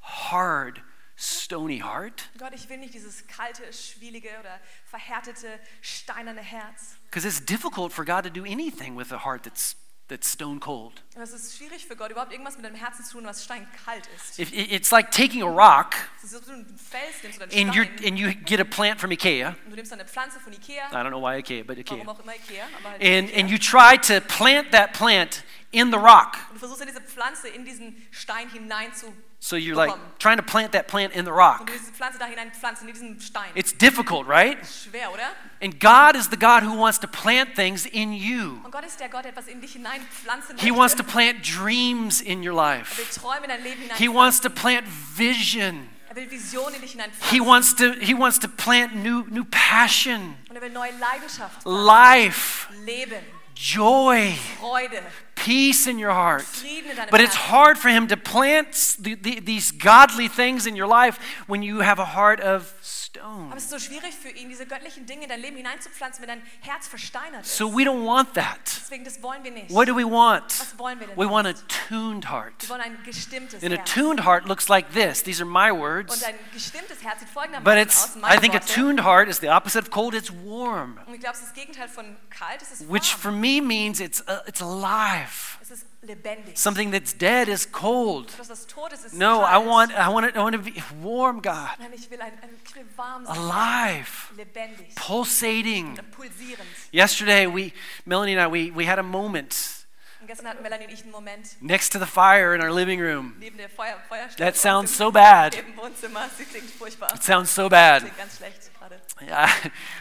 Speaker 1: hard, stony heart.
Speaker 2: Gott, ich will nicht dieses kalte, schwielige oder verhärtete, steinerne Herz.
Speaker 1: Because it's difficult for God to do anything with a heart that's, that's stone cold.
Speaker 2: Aber es ist schwierig für Gott, überhaupt irgendwas mit deinem Herzen zu tun, was steinkalt ist.
Speaker 1: If, it- it's like taking a rock
Speaker 2: Es ist so wie ein Fels, nimmst du dann
Speaker 1: and,
Speaker 2: Stein
Speaker 1: you're, and you get a plant from Ikea.
Speaker 2: und du nimmst dann eine Pflanze von Ikea,
Speaker 1: I don't know why Ikea, but
Speaker 2: warum
Speaker 1: Ah, Ikea.
Speaker 2: auch immer Ikea, aber halt
Speaker 1: And,
Speaker 2: Ikea.
Speaker 1: and you try to plant that plant in the rock.
Speaker 2: und du versuchst ja diese Pflanze in diesen Stein hinein zu
Speaker 1: So you're like trying to plant that plant in the rock.
Speaker 2: und diese Pflanze da hinein pflanzen in diesen Stein.
Speaker 1: It's difficult, right?
Speaker 2: Schwer, oder?
Speaker 1: And God is the God who wants to plant things in you.
Speaker 2: Und Gott ist der Gott, der etwas in dich hinein pflanzen
Speaker 1: He wants to plant dreams in your
Speaker 2: will
Speaker 1: life.
Speaker 2: Träume in dein Leben hinein.
Speaker 1: He wants to plant vision.
Speaker 2: Er will Visionen in dich hinein
Speaker 1: He
Speaker 2: pflanzen.
Speaker 1: wants to he wants to plant new new passion,
Speaker 2: und er will neue Leidenschaft,
Speaker 1: life,
Speaker 2: Leben,
Speaker 1: joy,
Speaker 2: Freude,
Speaker 1: peace in your heart.
Speaker 2: Frieden in deinem
Speaker 1: But it's
Speaker 2: Herzen.
Speaker 1: hard for him to plant s- the, the, these godly things in your life when you have a heart of stone.
Speaker 2: Aber es ist so schwierig für ihn, diese göttlichen Dinge in dein Leben hineinzupflanzen, wenn dein Herz versteinert ist.
Speaker 1: So we don't want that.
Speaker 2: Deswegen, das wollen wir nicht.
Speaker 1: What do we want?
Speaker 2: Was wollen wir denn
Speaker 1: We want a
Speaker 2: nicht?
Speaker 1: tuned heart.
Speaker 2: Wir wollen ein gestimmtes
Speaker 1: And a
Speaker 2: Herz.
Speaker 1: tuned heart looks like this. These are my
Speaker 2: Und
Speaker 1: words.
Speaker 2: ein gestimmtes Herz sieht
Speaker 1: But
Speaker 2: folgendermaßen aus.
Speaker 1: it's,
Speaker 2: meine
Speaker 1: I think a
Speaker 2: Worte.
Speaker 1: tuned heart is the opposite of cold. It's warm,
Speaker 2: Und ich glaube, es ist das Gegenteil von kalt, es ist
Speaker 1: which
Speaker 2: warm.
Speaker 1: for me means it's, uh, it's alive. alive.
Speaker 2: Es ist lebendig.
Speaker 1: Something that's dead is cold.
Speaker 2: Etwas, das tot ist, ist
Speaker 1: No, I
Speaker 2: kalt.
Speaker 1: want, I want, it, I want to be warm, God.
Speaker 2: Nein, ich will ein, ein, ich will warm sein.
Speaker 1: Alive,
Speaker 2: Lebendig.
Speaker 1: pulsating.
Speaker 2: Pulsierend.
Speaker 1: Yesterday, we, Melanie and I, we, we had a moment
Speaker 2: Und gestern hatten Melanie und ich einen Moment
Speaker 1: next to the fire in our living room.
Speaker 2: neben der Feuer, Feuerstelle.
Speaker 1: That sounds so bad.
Speaker 2: Im Wohnzimmer. Sie klingt furchtbar.
Speaker 1: It sounds so bad.
Speaker 2: Klingt ganz schlecht gerade.
Speaker 1: Yeah.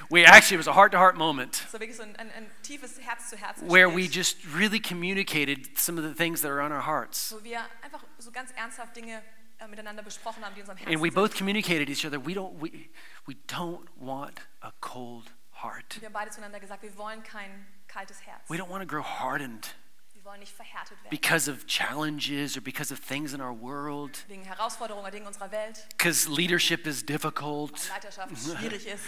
Speaker 1: We actually, it was a heart to heart moment
Speaker 2: So wirklich so ein, ein, ein tiefes Herz zu Herz.
Speaker 1: where we just really communicated some of the things that are on our hearts.
Speaker 2: wo wir einfach so ganz ernsthaft Dinge äh, miteinander besprochen haben, die in unserem Herzen
Speaker 1: And we
Speaker 2: sind.
Speaker 1: both communicated to each other, we don't, we, we don't want a cold heart.
Speaker 2: Und wir haben beide zueinander gesagt, wir wollen kein kaltes Herz.
Speaker 1: We don't want to grow hardened
Speaker 2: Wir wollen nicht verhärtet werden.
Speaker 1: because of challenges or because of things in our world,
Speaker 2: Wegen Herausforderungen oder Dingen unserer Welt,
Speaker 1: because leadership is difficult.
Speaker 2: Leiterschaft schwierig ist.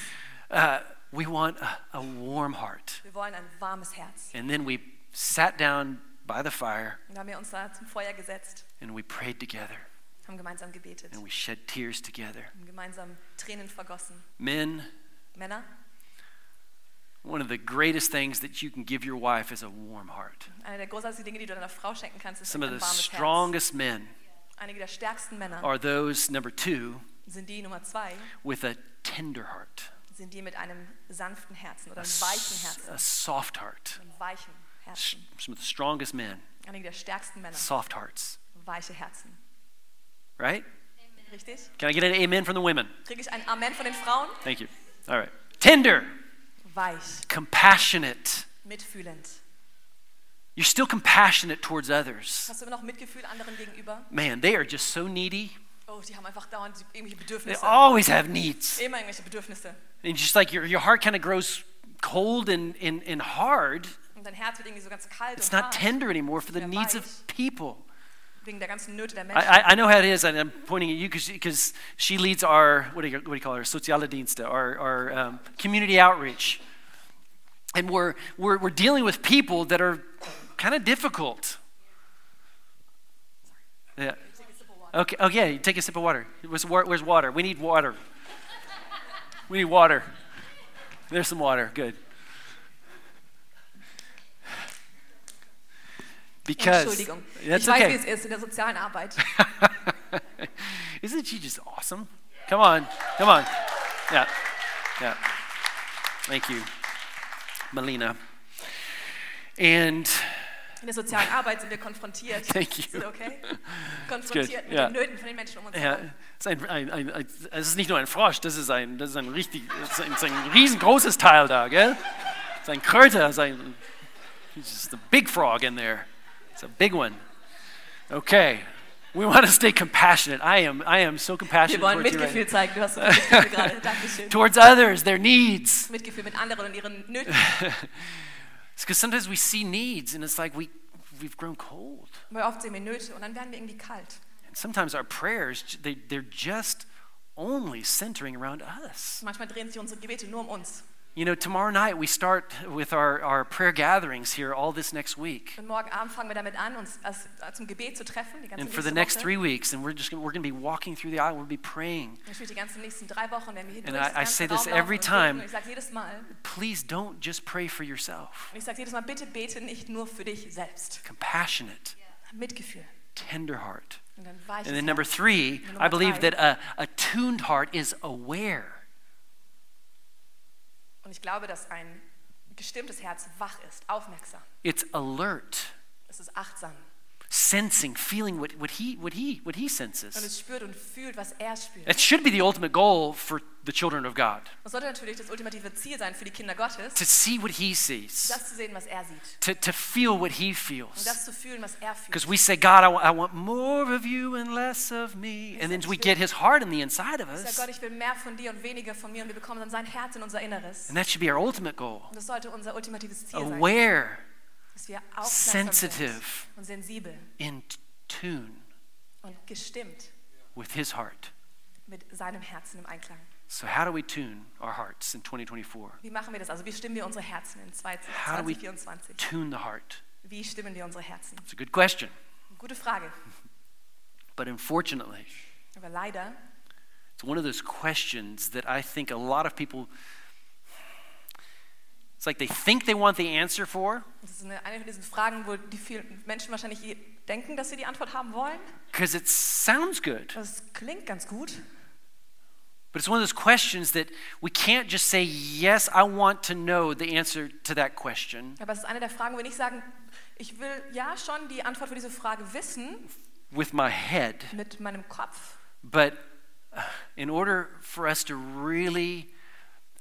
Speaker 1: Uh, we want a, a warm heart.
Speaker 2: Wir wollen ein warmes Herz.
Speaker 1: And then we sat down by the fire
Speaker 2: Und da haben wir uns da zum Feuer gesetzt,
Speaker 1: and we prayed together
Speaker 2: haben gemeinsam gebetet,
Speaker 1: and we shed tears together.
Speaker 2: haben gemeinsam Tränen vergossen.
Speaker 1: Men,
Speaker 2: Männer,
Speaker 1: one of the greatest things that you can give your wife is a warm heart.
Speaker 2: eine der großartigsten Dinge, die du deiner Frau schenken kannst, ist
Speaker 1: Some of
Speaker 2: ein
Speaker 1: the
Speaker 2: warmes Herz.
Speaker 1: strongest men
Speaker 2: Einige der stärksten Männer
Speaker 1: are those, number two,
Speaker 2: sind die Nummer zwei,
Speaker 1: with a tender heart,
Speaker 2: sind die mit einem sanften Herzen oder
Speaker 1: a,
Speaker 2: einem weichen
Speaker 1: s-
Speaker 2: Herzen.
Speaker 1: a soft heart.
Speaker 2: Einem weichen
Speaker 1: S-
Speaker 2: Herzen.
Speaker 1: Some of the strongest men,
Speaker 2: Einige der stärksten Männer,
Speaker 1: soft hearts,
Speaker 2: weiche Herzen.
Speaker 1: right?
Speaker 2: Richtig?
Speaker 1: Can I get an amen from the women?
Speaker 2: Kriege ich ein Amen von den Frauen?
Speaker 1: Thank you. All right. Tender,
Speaker 2: Weich,
Speaker 1: compassionate.
Speaker 2: mitfühlend.
Speaker 1: You're still compassionate towards others.
Speaker 2: Hast du immer noch Mitgefühl anderen gegenüber?
Speaker 1: Man, they are just so needy.
Speaker 2: Oh, die haben einfach dauernd irgendwelche
Speaker 1: They
Speaker 2: Bedürfnisse.
Speaker 1: always have needs.
Speaker 2: Immer irgendwelche Bedürfnisse.
Speaker 1: And just like your, your heart kind of grows cold and, and, and hard,
Speaker 2: Und dein Herz wird irgendwie so ganz kalt
Speaker 1: it's
Speaker 2: und
Speaker 1: not
Speaker 2: hart
Speaker 1: tender anymore for the
Speaker 2: Yeah,
Speaker 1: needs
Speaker 2: right.
Speaker 1: of people.
Speaker 2: wegen der ganzen Nöte der Menschen.
Speaker 1: I, I- I know how it is, and I'm pointing at you because she leads our, what do you, what do you call her, Sozialdienste, our, our um, community outreach. And we're, we're, we're dealing with people that are kind of difficult. Yeah. Okay, oh, yeah, take a sip of water. Where's, wa- where's water? We need water. We need water. There's some water. Good. Because
Speaker 2: Entschuldigung.
Speaker 1: that's
Speaker 2: ich weiß,
Speaker 1: okay.
Speaker 2: wie es ist in der sozialen Arbeit.
Speaker 1: Isn't she just awesome? Come on, come on. Yeah, yeah. Thank you, Melina. And
Speaker 2: In der sozialen Arbeit sind wir konfrontiert.
Speaker 1: Thank you.
Speaker 2: Ist das okay? Konfrontiert mit
Speaker 1: yeah.
Speaker 2: den Nöten von den Menschen um uns
Speaker 1: ja,
Speaker 2: herum.
Speaker 1: es ist, ein, ein, ein, ein, es ist nicht nur ein Frosch, das ist ein, das ist ein richtig, es ist ein, es ist ein riesengroßes Teil da, gell? Es ist ein Kröter, es ist ein, it's just a big frog in there. It's a big one. Okay. We want to stay compassionate. I am, I am so
Speaker 2: Wir
Speaker 1: compassionate
Speaker 2: wollen
Speaker 1: towards you right
Speaker 2: Mitgefühl zeigen. Du hast so viel Mitgefühl gerade. Dankeschön.
Speaker 1: now. towards others, their needs.
Speaker 2: Mitgefühl mit anderen und ihren Nöten.
Speaker 1: because sometimes we see needs and it's like we, we've grown cold.
Speaker 2: Weil oft sehen wir Nöte und dann werden wir irgendwie kalt.
Speaker 1: And sometimes our prayers, j- they, they're just only centering around us.
Speaker 2: Manchmal drehen sich unsere Gebete nur um uns.
Speaker 1: You know, tomorrow night we start with our, our prayer gatherings here all this next week.
Speaker 2: Und morgen Abend fangen wir damit an, uns als, als zum Gebet zu treffen. Die ganze
Speaker 1: And for the next
Speaker 2: nächste Woche.
Speaker 1: three weeks, and we're just gonna, we're going to be walking through the aisle, we'll be praying.
Speaker 2: Natürlich die ganzen nächsten drei Wochen werden wir hier
Speaker 1: And I-
Speaker 2: durch das
Speaker 1: I
Speaker 2: ganze
Speaker 1: say this
Speaker 2: Raum laufen
Speaker 1: every
Speaker 2: und
Speaker 1: time.
Speaker 2: beten. Und ich sage jedes Mal,
Speaker 1: Please don't just pray for yourself.
Speaker 2: und ich sage jedes Mal, bitte bete nicht nur für dich selbst.
Speaker 1: Compassionate,
Speaker 2: Mitgefühl.
Speaker 1: tender heart.
Speaker 2: Und dann weiches
Speaker 1: And then number
Speaker 2: Herz.
Speaker 1: three,
Speaker 2: Nummer
Speaker 1: I believe
Speaker 2: drei.
Speaker 1: that a, a tuned heart is aware.
Speaker 2: Und ich glaube, dass ein gestimmtes Herz wach ist, aufmerksam.
Speaker 1: It's alert.
Speaker 2: Es ist achtsam.
Speaker 1: sensing, feeling what, what, he, what, he, what he
Speaker 2: Und
Speaker 1: senses.
Speaker 2: es spürt und fühlt, was er spürt.
Speaker 1: That should be the ultimate goal for the children of God
Speaker 2: Das sollte natürlich das ultimative Ziel sein für die Kinder Gottes,
Speaker 1: to see what he sees,
Speaker 2: das zu sehen, was er sieht.
Speaker 1: to, to feel what he
Speaker 2: Und
Speaker 1: feels.
Speaker 2: das zu fühlen, was er fühlt.
Speaker 1: Because we say, God, I wa- I want more of you and less of me. And then we get his heart in the inside of
Speaker 2: Sag
Speaker 1: us.
Speaker 2: Gott, ich will mehr von dir und weniger von mir und wir bekommen dann sein Herz in unser Inneres.
Speaker 1: And that should be our ultimate goal.
Speaker 2: Und das sollte unser ultimatives Ziel sein,
Speaker 1: Aware,
Speaker 2: dass wir aufmerksam sind
Speaker 1: sensitive,
Speaker 2: und sensibel
Speaker 1: in tune
Speaker 2: und gestimmt
Speaker 1: with his heart.
Speaker 2: mit seinem Herzen im Einklang.
Speaker 1: So, how do we tune our hearts in 2024?
Speaker 2: Wie machen wir das? Also wie stimmen wir unsere Herzen in 20,
Speaker 1: How do we
Speaker 2: 2024?
Speaker 1: tune the heart?
Speaker 2: Wie stimmen wir unsere Herzen?
Speaker 1: It's a good question.
Speaker 2: Gute Frage.
Speaker 1: But unfortunately,
Speaker 2: Aber leider
Speaker 1: It's one of those questions that I think a lot of people It's like they think they want the answer for
Speaker 2: Das ist eine, eine von diesen Fragen, wo die vielen Menschen wahrscheinlich je- denken, dass sie die Antwort haben wollen.
Speaker 1: because it sounds good.
Speaker 2: Das klingt ganz gut.
Speaker 1: But it's one of those questions that we can't just say, Yes, I want to know the answer to that question.
Speaker 2: Aber es ist eine der Fragen, wo wir nicht sagen, ich will ja schon die Antwort für diese Frage wissen
Speaker 1: with my head.
Speaker 2: mit meinem Kopf.
Speaker 1: But uh, in order for us to really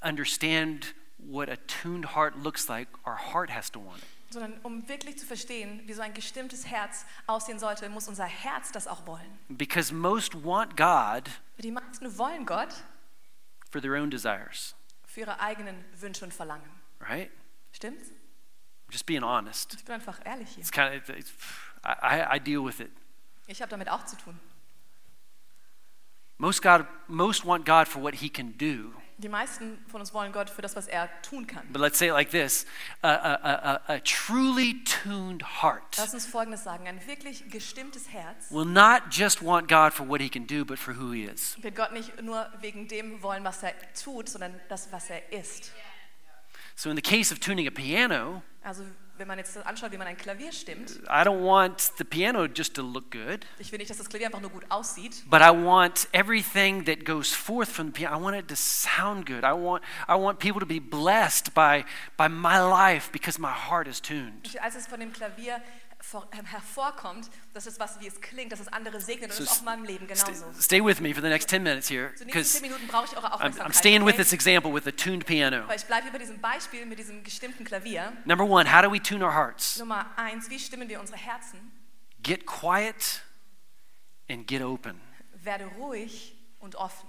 Speaker 1: understand what a tuned heart looks like, our heart has to want it.
Speaker 2: sondern um wirklich zu verstehen, wie so ein gestimmtes Herz aussehen sollte, muss unser Herz das auch wollen.
Speaker 1: Because most want God
Speaker 2: Die meisten wollen Gott
Speaker 1: for their own desires,
Speaker 2: für ihre eigenen Wünsche und Verlangen.
Speaker 1: right?
Speaker 2: Stimmt's?
Speaker 1: Just being honest.
Speaker 2: Ich bin einfach ehrlich hier.
Speaker 1: It's kind of, it's, I, I- I deal with it.
Speaker 2: Ich habe damit auch zu tun.
Speaker 1: Most, God, most want God for what he can do.
Speaker 2: Die meisten von uns wollen Gott für das, was er tun kann.
Speaker 1: But let's say it like this a, a, a, a- a truly tuned heart
Speaker 2: Lass uns Folgendes sagen. Ein wirklich gestimmtes Herz
Speaker 1: will not just want God for what he can do, but for who he is.
Speaker 2: wird Gott nicht nur wegen dem wollen, was er tut, sondern das, was er ist.
Speaker 1: So, in the case of tuning a piano,
Speaker 2: Also wenn man jetzt anschaut, wie man ein Klavier stimmt,
Speaker 1: I don't want the piano just to look good,
Speaker 2: ich will nicht, dass das Klavier einfach nur gut aussieht,
Speaker 1: but I want everything that goes forth from the piano. I want it to sound good. I want, I want people to be blessed by, by my life because my heart is tuned.
Speaker 2: als es von dem Klavier vor, ähm, hervorkommt, dass es was, wie es klingt, dass es andere segnet und
Speaker 1: So
Speaker 2: das ist auch in meinem Leben
Speaker 1: st-
Speaker 2: genauso.
Speaker 1: stay with me for the next 10 minutes here
Speaker 2: So die nächsten
Speaker 1: because
Speaker 2: zehn Minuten brauche ich eure
Speaker 1: I'm,
Speaker 2: Aufmerksamkeit.
Speaker 1: I'm staying with
Speaker 2: okay?
Speaker 1: this example with a tuned piano.
Speaker 2: Aber ich bleibe hier bei diesem Beispiel mit diesem gestimmten Klavier.
Speaker 1: Number one, how do we tune our hearts?
Speaker 2: Nummer eins, wie stimmen wir unsere Herzen?
Speaker 1: Get quiet and get open.
Speaker 2: Werde ruhig und offen.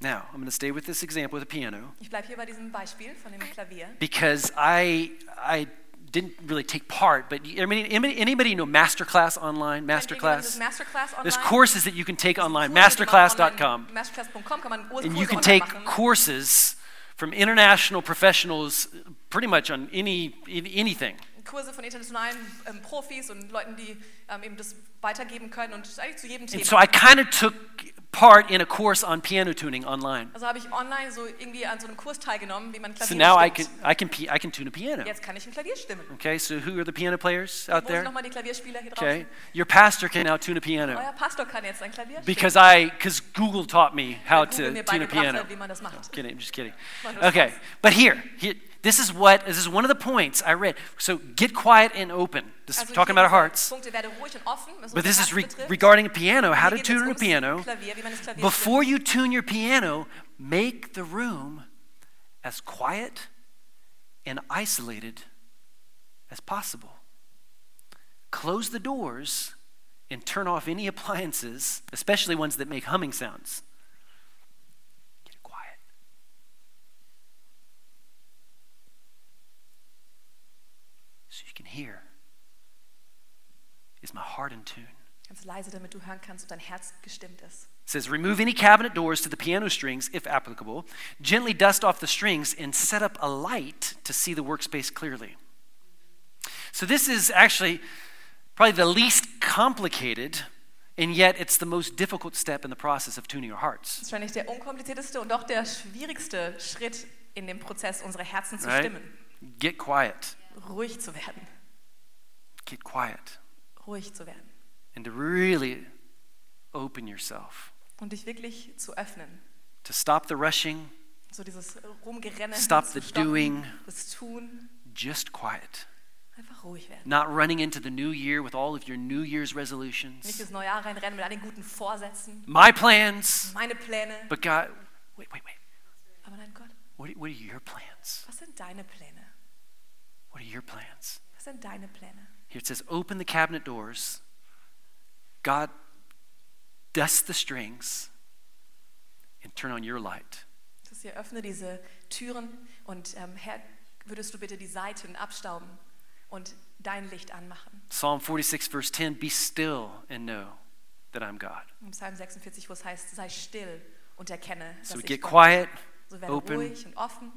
Speaker 1: Now, I'm going to stay with this example with a piano
Speaker 2: Ich bleibe hier bei diesem Beispiel von dem Klavier.
Speaker 1: because I, I didn't really take part, but you- I mean, anybody, anybody know Masterclass online?
Speaker 2: Kennt ihr jemanden, das
Speaker 1: Masterclass?
Speaker 2: Masterclass online.
Speaker 1: There's courses that you can take online,
Speaker 2: Kurse, die man
Speaker 1: masterclass.com.
Speaker 2: online- Masterclass.com kann man Kurse
Speaker 1: And you can
Speaker 2: online
Speaker 1: take
Speaker 2: machen.
Speaker 1: courses from international professionals pretty much on any, in- anything.
Speaker 2: Kurse von internationalen ähm, Profis und Leuten, die ähm, eben das weitergeben können und eigentlich zu jedem Thema.
Speaker 1: And so I kind of took part in a course on piano tuning online.
Speaker 2: Also habe ich online so irgendwie an so einem Kurs teilgenommen, wie man Klavier
Speaker 1: So now I can,
Speaker 2: stimmt.
Speaker 1: I can, pi- I can tune a piano.
Speaker 2: Jetzt kann ich ein Klavier stimmen.
Speaker 1: Okay, so who are the piano players out
Speaker 2: Wo sind
Speaker 1: there?
Speaker 2: nochmal die Klavierspieler hier
Speaker 1: Okay,
Speaker 2: draußen?
Speaker 1: your pastor can now tune a piano
Speaker 2: Euer Pastor kann jetzt ein Klavier
Speaker 1: because I, because Google taught me how to
Speaker 2: stimmen. Google
Speaker 1: tune
Speaker 2: mir
Speaker 1: a
Speaker 2: beigebracht
Speaker 1: piano.
Speaker 2: hat, wie man das macht.
Speaker 1: Kidding, I'm just kidding.
Speaker 2: Why not?
Speaker 1: Okay, but here, here, this is what this is one of the points I read. So get quiet and open. This is
Speaker 2: Also
Speaker 1: talking
Speaker 2: hier
Speaker 1: about our hearts.
Speaker 2: diese Punkte, werde ruhig und offen, was
Speaker 1: But
Speaker 2: unser
Speaker 1: this
Speaker 2: Herz
Speaker 1: is re-
Speaker 2: betrifft.
Speaker 1: regarding a piano, how
Speaker 2: Hier
Speaker 1: to
Speaker 2: geht es
Speaker 1: tune a
Speaker 2: ums
Speaker 1: piano.
Speaker 2: Klavier, wie man das Klavier
Speaker 1: Before you tune your piano, make the room as quiet and isolated as possible. Close the doors and turn off any appliances, especially ones that make humming sounds. Get it quiet. So you can hear. Is my heart in tune?
Speaker 2: stimmt. Ganz leise, damit du hören kannst und dein Herz gestimmt ist.
Speaker 1: It says, remove any cabinet doors to the piano strings, if applicable. Gently dust off the strings and set up a light to see the workspace clearly. So, this is actually probably the least complicated, and yet it's the most difficult step in the process of tuning our hearts.
Speaker 2: Das ist wahrscheinlich der unkomplizierteste und doch der schwierigste Schritt in dem Prozess, unsere Herzen zu
Speaker 1: right?
Speaker 2: stimmen.
Speaker 1: Get quiet.
Speaker 2: Ruhig zu werden.
Speaker 1: Get quiet.
Speaker 2: Ruhig zu werden.
Speaker 1: And to really open yourself,
Speaker 2: Und dich wirklich zu öffnen.
Speaker 1: to stop the rushing,
Speaker 2: So dieses Rumgerenne.
Speaker 1: Stop
Speaker 2: zu
Speaker 1: the
Speaker 2: stoppen,
Speaker 1: doing.
Speaker 2: Das Tun.
Speaker 1: just quiet.
Speaker 2: Einfach ruhig werden.
Speaker 1: Not running into the new year with all of your New Year's
Speaker 2: Nicht
Speaker 1: resolutions.
Speaker 2: ins neue Jahr reinrennen mit all den guten Vorsätzen,
Speaker 1: my plans.
Speaker 2: meine Pläne.
Speaker 1: But God, wait, wait, wait.
Speaker 2: Aber nein, Gott,
Speaker 1: What are, what are your plans?
Speaker 2: was sind deine Pläne?
Speaker 1: What are your plans?
Speaker 2: Was sind deine Pläne?
Speaker 1: Here it says, open the cabinet doors. God, dust the strings and turn on your light.
Speaker 2: Das hier, öffne diese Türen und ähm, Herr, würdest du bitte die Seiten abstauben und dein Licht anmachen?
Speaker 1: Psalm 46, verse 10 Be still and know that I'm God.
Speaker 2: Im Psalm 46, wo es heißt, sei still und erkenne, dass
Speaker 1: So we
Speaker 2: ich
Speaker 1: get
Speaker 2: Gott
Speaker 1: quiet,
Speaker 2: bin. So werde
Speaker 1: open.
Speaker 2: ruhig und offen,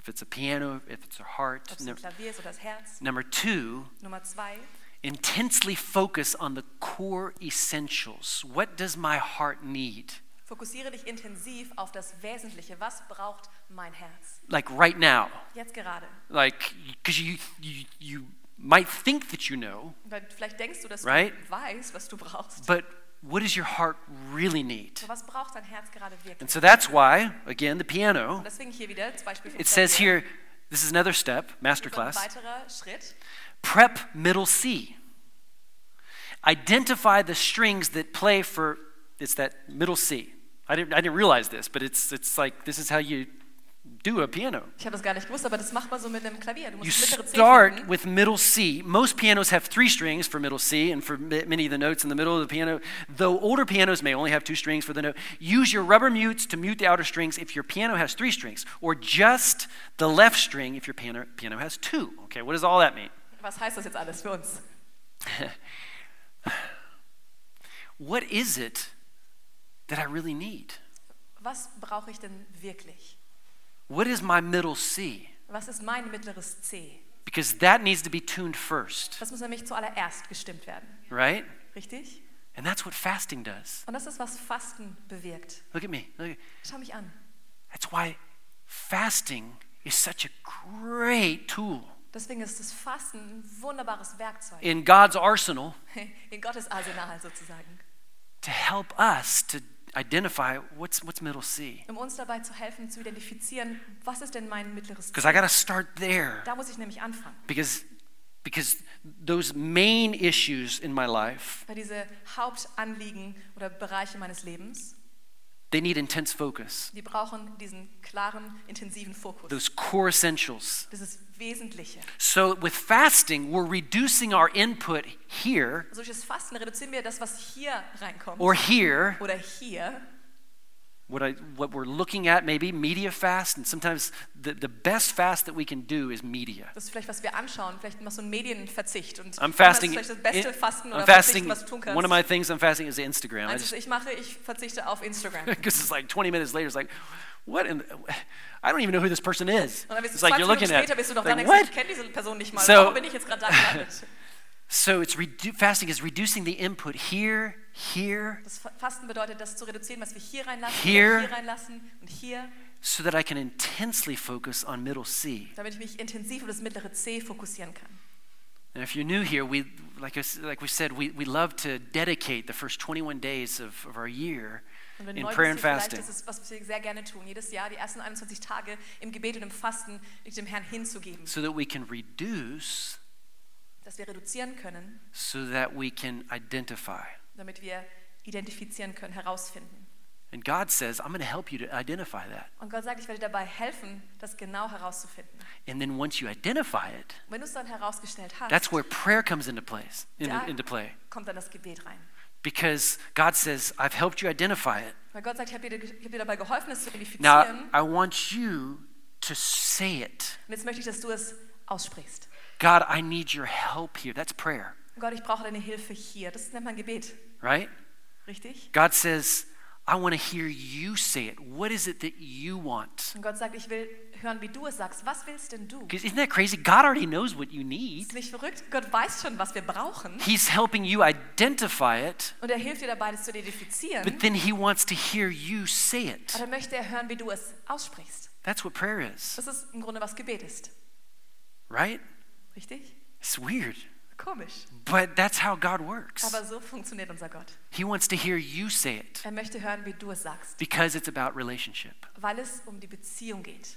Speaker 1: If it's a piano, if it's a
Speaker 2: ob
Speaker 1: heart.
Speaker 2: es
Speaker 1: No-
Speaker 2: ein Klavier ist oder das Herz.
Speaker 1: Number two,
Speaker 2: Nummer zwei,
Speaker 1: intensely focus on the core essentials. What does my heart need?
Speaker 2: Fokussiere dich intensiv auf das Wesentliche. Was braucht mein Herz?
Speaker 1: like right now.
Speaker 2: Jetzt gerade.
Speaker 1: Like, because you, you, you might think that you know,
Speaker 2: Weil Vielleicht denkst du, dass
Speaker 1: Right?
Speaker 2: du weißt, was du brauchst.
Speaker 1: but what does your heart really need?
Speaker 2: Aber was braucht dein Herz gerade
Speaker 1: And
Speaker 2: wirklich?
Speaker 1: so that's why, again, the piano,
Speaker 2: Und deswegen hier wieder das Beispiel vom
Speaker 1: it says
Speaker 2: Klavier.
Speaker 1: here, this is another step,
Speaker 2: Das ist ein
Speaker 1: masterclass.
Speaker 2: weiterer Schritt.
Speaker 1: Prep middle C. Identify the strings that play for, it's that middle C. I didn't, I didn't realize this, but it's, it's like, this is how you do a piano.
Speaker 2: Ich habe das gar nicht gewusst, aber das macht man so mit einem Klavier. Du musst
Speaker 1: You
Speaker 2: das mittlere C
Speaker 1: start
Speaker 2: finden.
Speaker 1: with middle C. Most pianos have three strings for middle C and for ma- many of the notes in the middle of the piano, though older pianos may only have two strings for the note. Use your rubber mutes to mute the outer strings if your piano has three strings, or just the left string if your piano, piano has two. Okay, what does all that mean?
Speaker 2: Was heißt das jetzt alles für uns?
Speaker 1: What is it that I really need?
Speaker 2: Was brauche ich denn wirklich?
Speaker 1: What is my middle C?
Speaker 2: Was ist mein mittleres C?
Speaker 1: Because that needs to be tuned first,
Speaker 2: Das muss nämlich zuallererst gestimmt werden.
Speaker 1: right?
Speaker 2: Richtig?
Speaker 1: And that's what fasting does.
Speaker 2: Und das ist, was Fasten bewirkt.
Speaker 1: Look at me. Look at,
Speaker 2: Schau mich an.
Speaker 1: That's why fasting is such a great tool
Speaker 2: Deswegen ist das Fasten ein wunderbares Werkzeug
Speaker 1: in God's arsenal
Speaker 2: in Gottes Arsenal sozusagen,
Speaker 1: to help us to identify what's, what's middle C.
Speaker 2: um uns dabei zu helfen, zu identifizieren, was ist denn mein mittleres
Speaker 1: Because
Speaker 2: C?
Speaker 1: I got to start there.
Speaker 2: Da muss ich nämlich anfangen.
Speaker 1: Because, because those main issues in my life,
Speaker 2: Weil diese Hauptanliegen oder Bereiche meines Lebens,
Speaker 1: they need intense focus.
Speaker 2: die brauchen diesen klaren, intensiven Fokus.
Speaker 1: Those core essentials.
Speaker 2: Das ist Wesentliche.
Speaker 1: So with fasting, we're reducing our input here
Speaker 2: Durch das Fasten reduzieren wir das, was hier reinkommt
Speaker 1: or here
Speaker 2: oder hier.
Speaker 1: what, I, what we're looking at maybe media fast and sometimes the, the best fast that we can do is media
Speaker 2: Das ist vielleicht, was wir anschauen, vielleicht mal so ein Medienverzicht. Und
Speaker 1: i'm fasting
Speaker 2: das ist vielleicht das beste
Speaker 1: in-
Speaker 2: Fasten oder
Speaker 1: i'm
Speaker 2: Verzichten,
Speaker 1: fasting
Speaker 2: was du tun kannst.
Speaker 1: one of my things i'm fasting is instagram i
Speaker 2: Eins,
Speaker 1: just
Speaker 2: was ich mache, ich verzichte auf Instagram. Und
Speaker 1: because it's like 20 minutes later it's like what in the, i don't even know who this person is
Speaker 2: dann bist
Speaker 1: it's
Speaker 2: du 20
Speaker 1: like you're
Speaker 2: Minuten
Speaker 1: looking
Speaker 2: später
Speaker 1: at
Speaker 2: bist du noch da
Speaker 1: like,
Speaker 2: und denkst,
Speaker 1: what
Speaker 2: ich kenne diese Person nicht mal.
Speaker 1: So-
Speaker 2: Warum bin ich jetzt gerade da gelandet?
Speaker 1: so it's redu- fasting is reducing the input here here
Speaker 2: Das Fa- Fasten bedeutet, das zu reduzieren, was wir hier reinlassen,
Speaker 1: Here.
Speaker 2: hier reinlassen und hier,
Speaker 1: so that i can intensely focus on middle c
Speaker 2: damit ich mich intensiv auf das mittlere C fokussieren kann.
Speaker 1: And if you're new here, we, like, I s- like we said, we, we love to dedicate the first 21 days of, of our year
Speaker 2: Und wenn du
Speaker 1: in
Speaker 2: neu
Speaker 1: prayer
Speaker 2: bist,
Speaker 1: and
Speaker 2: hier vielleicht,
Speaker 1: fasting.
Speaker 2: das ist, was wir sehr gerne tun, jedes Jahr, die ersten 21 Tage im Gebet und im Fasten, dich dem Herrn hinzugeben,
Speaker 1: So that we can reduce,
Speaker 2: dass wir reduzieren können,
Speaker 1: so that we can identify.
Speaker 2: damit wir identifizieren können, herausfinden.
Speaker 1: And God says, I'm going to help you to identify that.
Speaker 2: Und Gott sagt, ich werde dir dabei helfen, das genau herauszufinden.
Speaker 1: And then once you identify it,
Speaker 2: Und wenn du es dann herausgestellt hast,
Speaker 1: that's where prayer comes into place, in,
Speaker 2: da
Speaker 1: into play.
Speaker 2: kommt dann das Gebet rein.
Speaker 1: Because God says, I've helped you identify it.
Speaker 2: Weil Gott sagt, ich habe dir, ich hab dir dabei geholfen, es zu
Speaker 1: Now,
Speaker 2: identifizieren.
Speaker 1: I want you to say it.
Speaker 2: und jetzt möchte ich, dass du es aussprichst.
Speaker 1: God, I need your help here. That's prayer,
Speaker 2: Gott, ich brauche deine Hilfe hier. Das nennt man Gebet,
Speaker 1: right?
Speaker 2: richtig?
Speaker 1: God says, I want to hear you say it. What is it that you want?
Speaker 2: Und Gott sagt, ich will hören, wie du es sagst. Was willst denn du?
Speaker 1: 'Cause Isn't that crazy? God already knows what you
Speaker 2: Ist
Speaker 1: need.
Speaker 2: nicht verrückt? Gott weiß schon, was wir brauchen.
Speaker 1: He's helping you identify it,
Speaker 2: Und er hilft dir dabei, das zu identifizieren.
Speaker 1: but then He wants to hear you say
Speaker 2: Aber
Speaker 1: it.
Speaker 2: dann möchte er hören, wie du es aussprichst.
Speaker 1: That's what prayer is,
Speaker 2: Das ist im Grunde, was Gebet ist.
Speaker 1: right?
Speaker 2: Richtig?
Speaker 1: It's weird,
Speaker 2: Komisch.
Speaker 1: but that's how God works.
Speaker 2: Aber so funktioniert unser Gott.
Speaker 1: He wants to hear you say it
Speaker 2: Er möchte hören, wie du es sagst,
Speaker 1: because it's about relationship.
Speaker 2: weil es um die Beziehung geht.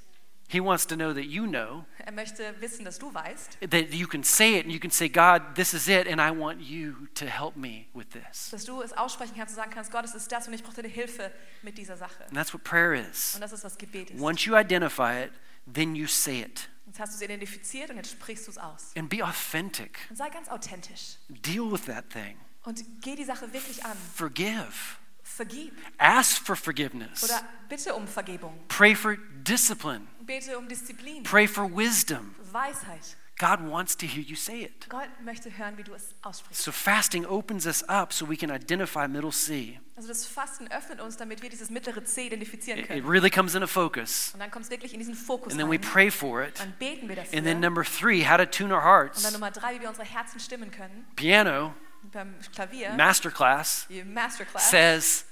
Speaker 1: He wants to know that you know,
Speaker 2: Er möchte wissen, dass du weißt,
Speaker 1: that you can say it and you can say, God, this is it, and I want you to help me with this.
Speaker 2: dass du es aussprechen kannst und sagen kannst, Gott, es ist das und ich brauche deine Hilfe mit dieser Sache.
Speaker 1: And that's what prayer is.
Speaker 2: Und das ist, was Gebet ist.
Speaker 1: Once you identify it, then you say it.
Speaker 2: Jetzt hast du es identifiziert und jetzt sprichst du es aus.
Speaker 1: And be authentic.
Speaker 2: Und sei ganz authentisch
Speaker 1: Deal with that thing.
Speaker 2: und geh die Sache wirklich an.
Speaker 1: Forgive.
Speaker 2: Vergib
Speaker 1: Ask for forgiveness.
Speaker 2: oder bitte um Vergebung.
Speaker 1: Pray for discipline.
Speaker 2: Bete um Disziplin,
Speaker 1: Pray for wisdom.
Speaker 2: Weisheit.
Speaker 1: God wants to hear you say it.
Speaker 2: Gott möchte hören, wie du es aussprichst.
Speaker 1: So fasting opens us up so we can identify middle C.
Speaker 2: Also das Fasten öffnet uns, damit wir dieses mittlere C identifizieren
Speaker 1: It, it
Speaker 2: können.
Speaker 1: really comes into focus.
Speaker 2: Und dann kommt es wirklich in diesen Fokus
Speaker 1: And then we
Speaker 2: rein.
Speaker 1: pray for it.
Speaker 2: Dann beten wir dafür.
Speaker 1: And then
Speaker 2: Und
Speaker 1: number three, how to tune our
Speaker 2: dann
Speaker 1: hearts.
Speaker 2: Nummer drei, wie wir unsere Herzen stimmen können.
Speaker 1: Piano
Speaker 2: Beim Klavier,
Speaker 1: masterclass
Speaker 2: die Masterclass,
Speaker 1: says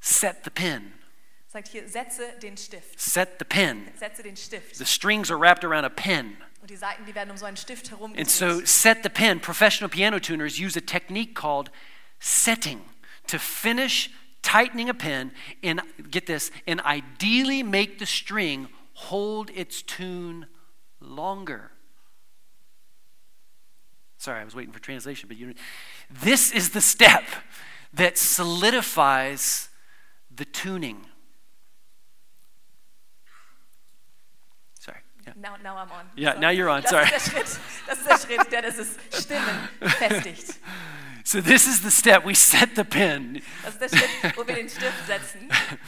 Speaker 1: Set the pin.
Speaker 2: Sagt hier, setze den Stift.
Speaker 1: Set the pin.
Speaker 2: Setze den Stift.
Speaker 1: The strings are wrapped around a pin.
Speaker 2: Und die Saiten, die werden um so einen Stift herum
Speaker 1: And so,
Speaker 2: geführt.
Speaker 1: set the pin, professional piano tuners use a technique called setting to finish tightening a pin and get this, and ideally make the string hold its tune longer. Sorry, I was waiting for translation, but you this is the step that solidifies the tuning. Sorry. Yeah.
Speaker 2: Now, now I'm on.
Speaker 1: Yeah,
Speaker 2: So,
Speaker 1: now you're on,
Speaker 2: Das
Speaker 1: sorry.
Speaker 2: Ist der Schritt, das ist der Schritt, der das ist Stimmen festigt.
Speaker 1: So this is the step we set the pin.
Speaker 2: Das ist der Schritt, wo wir den Stift setzen.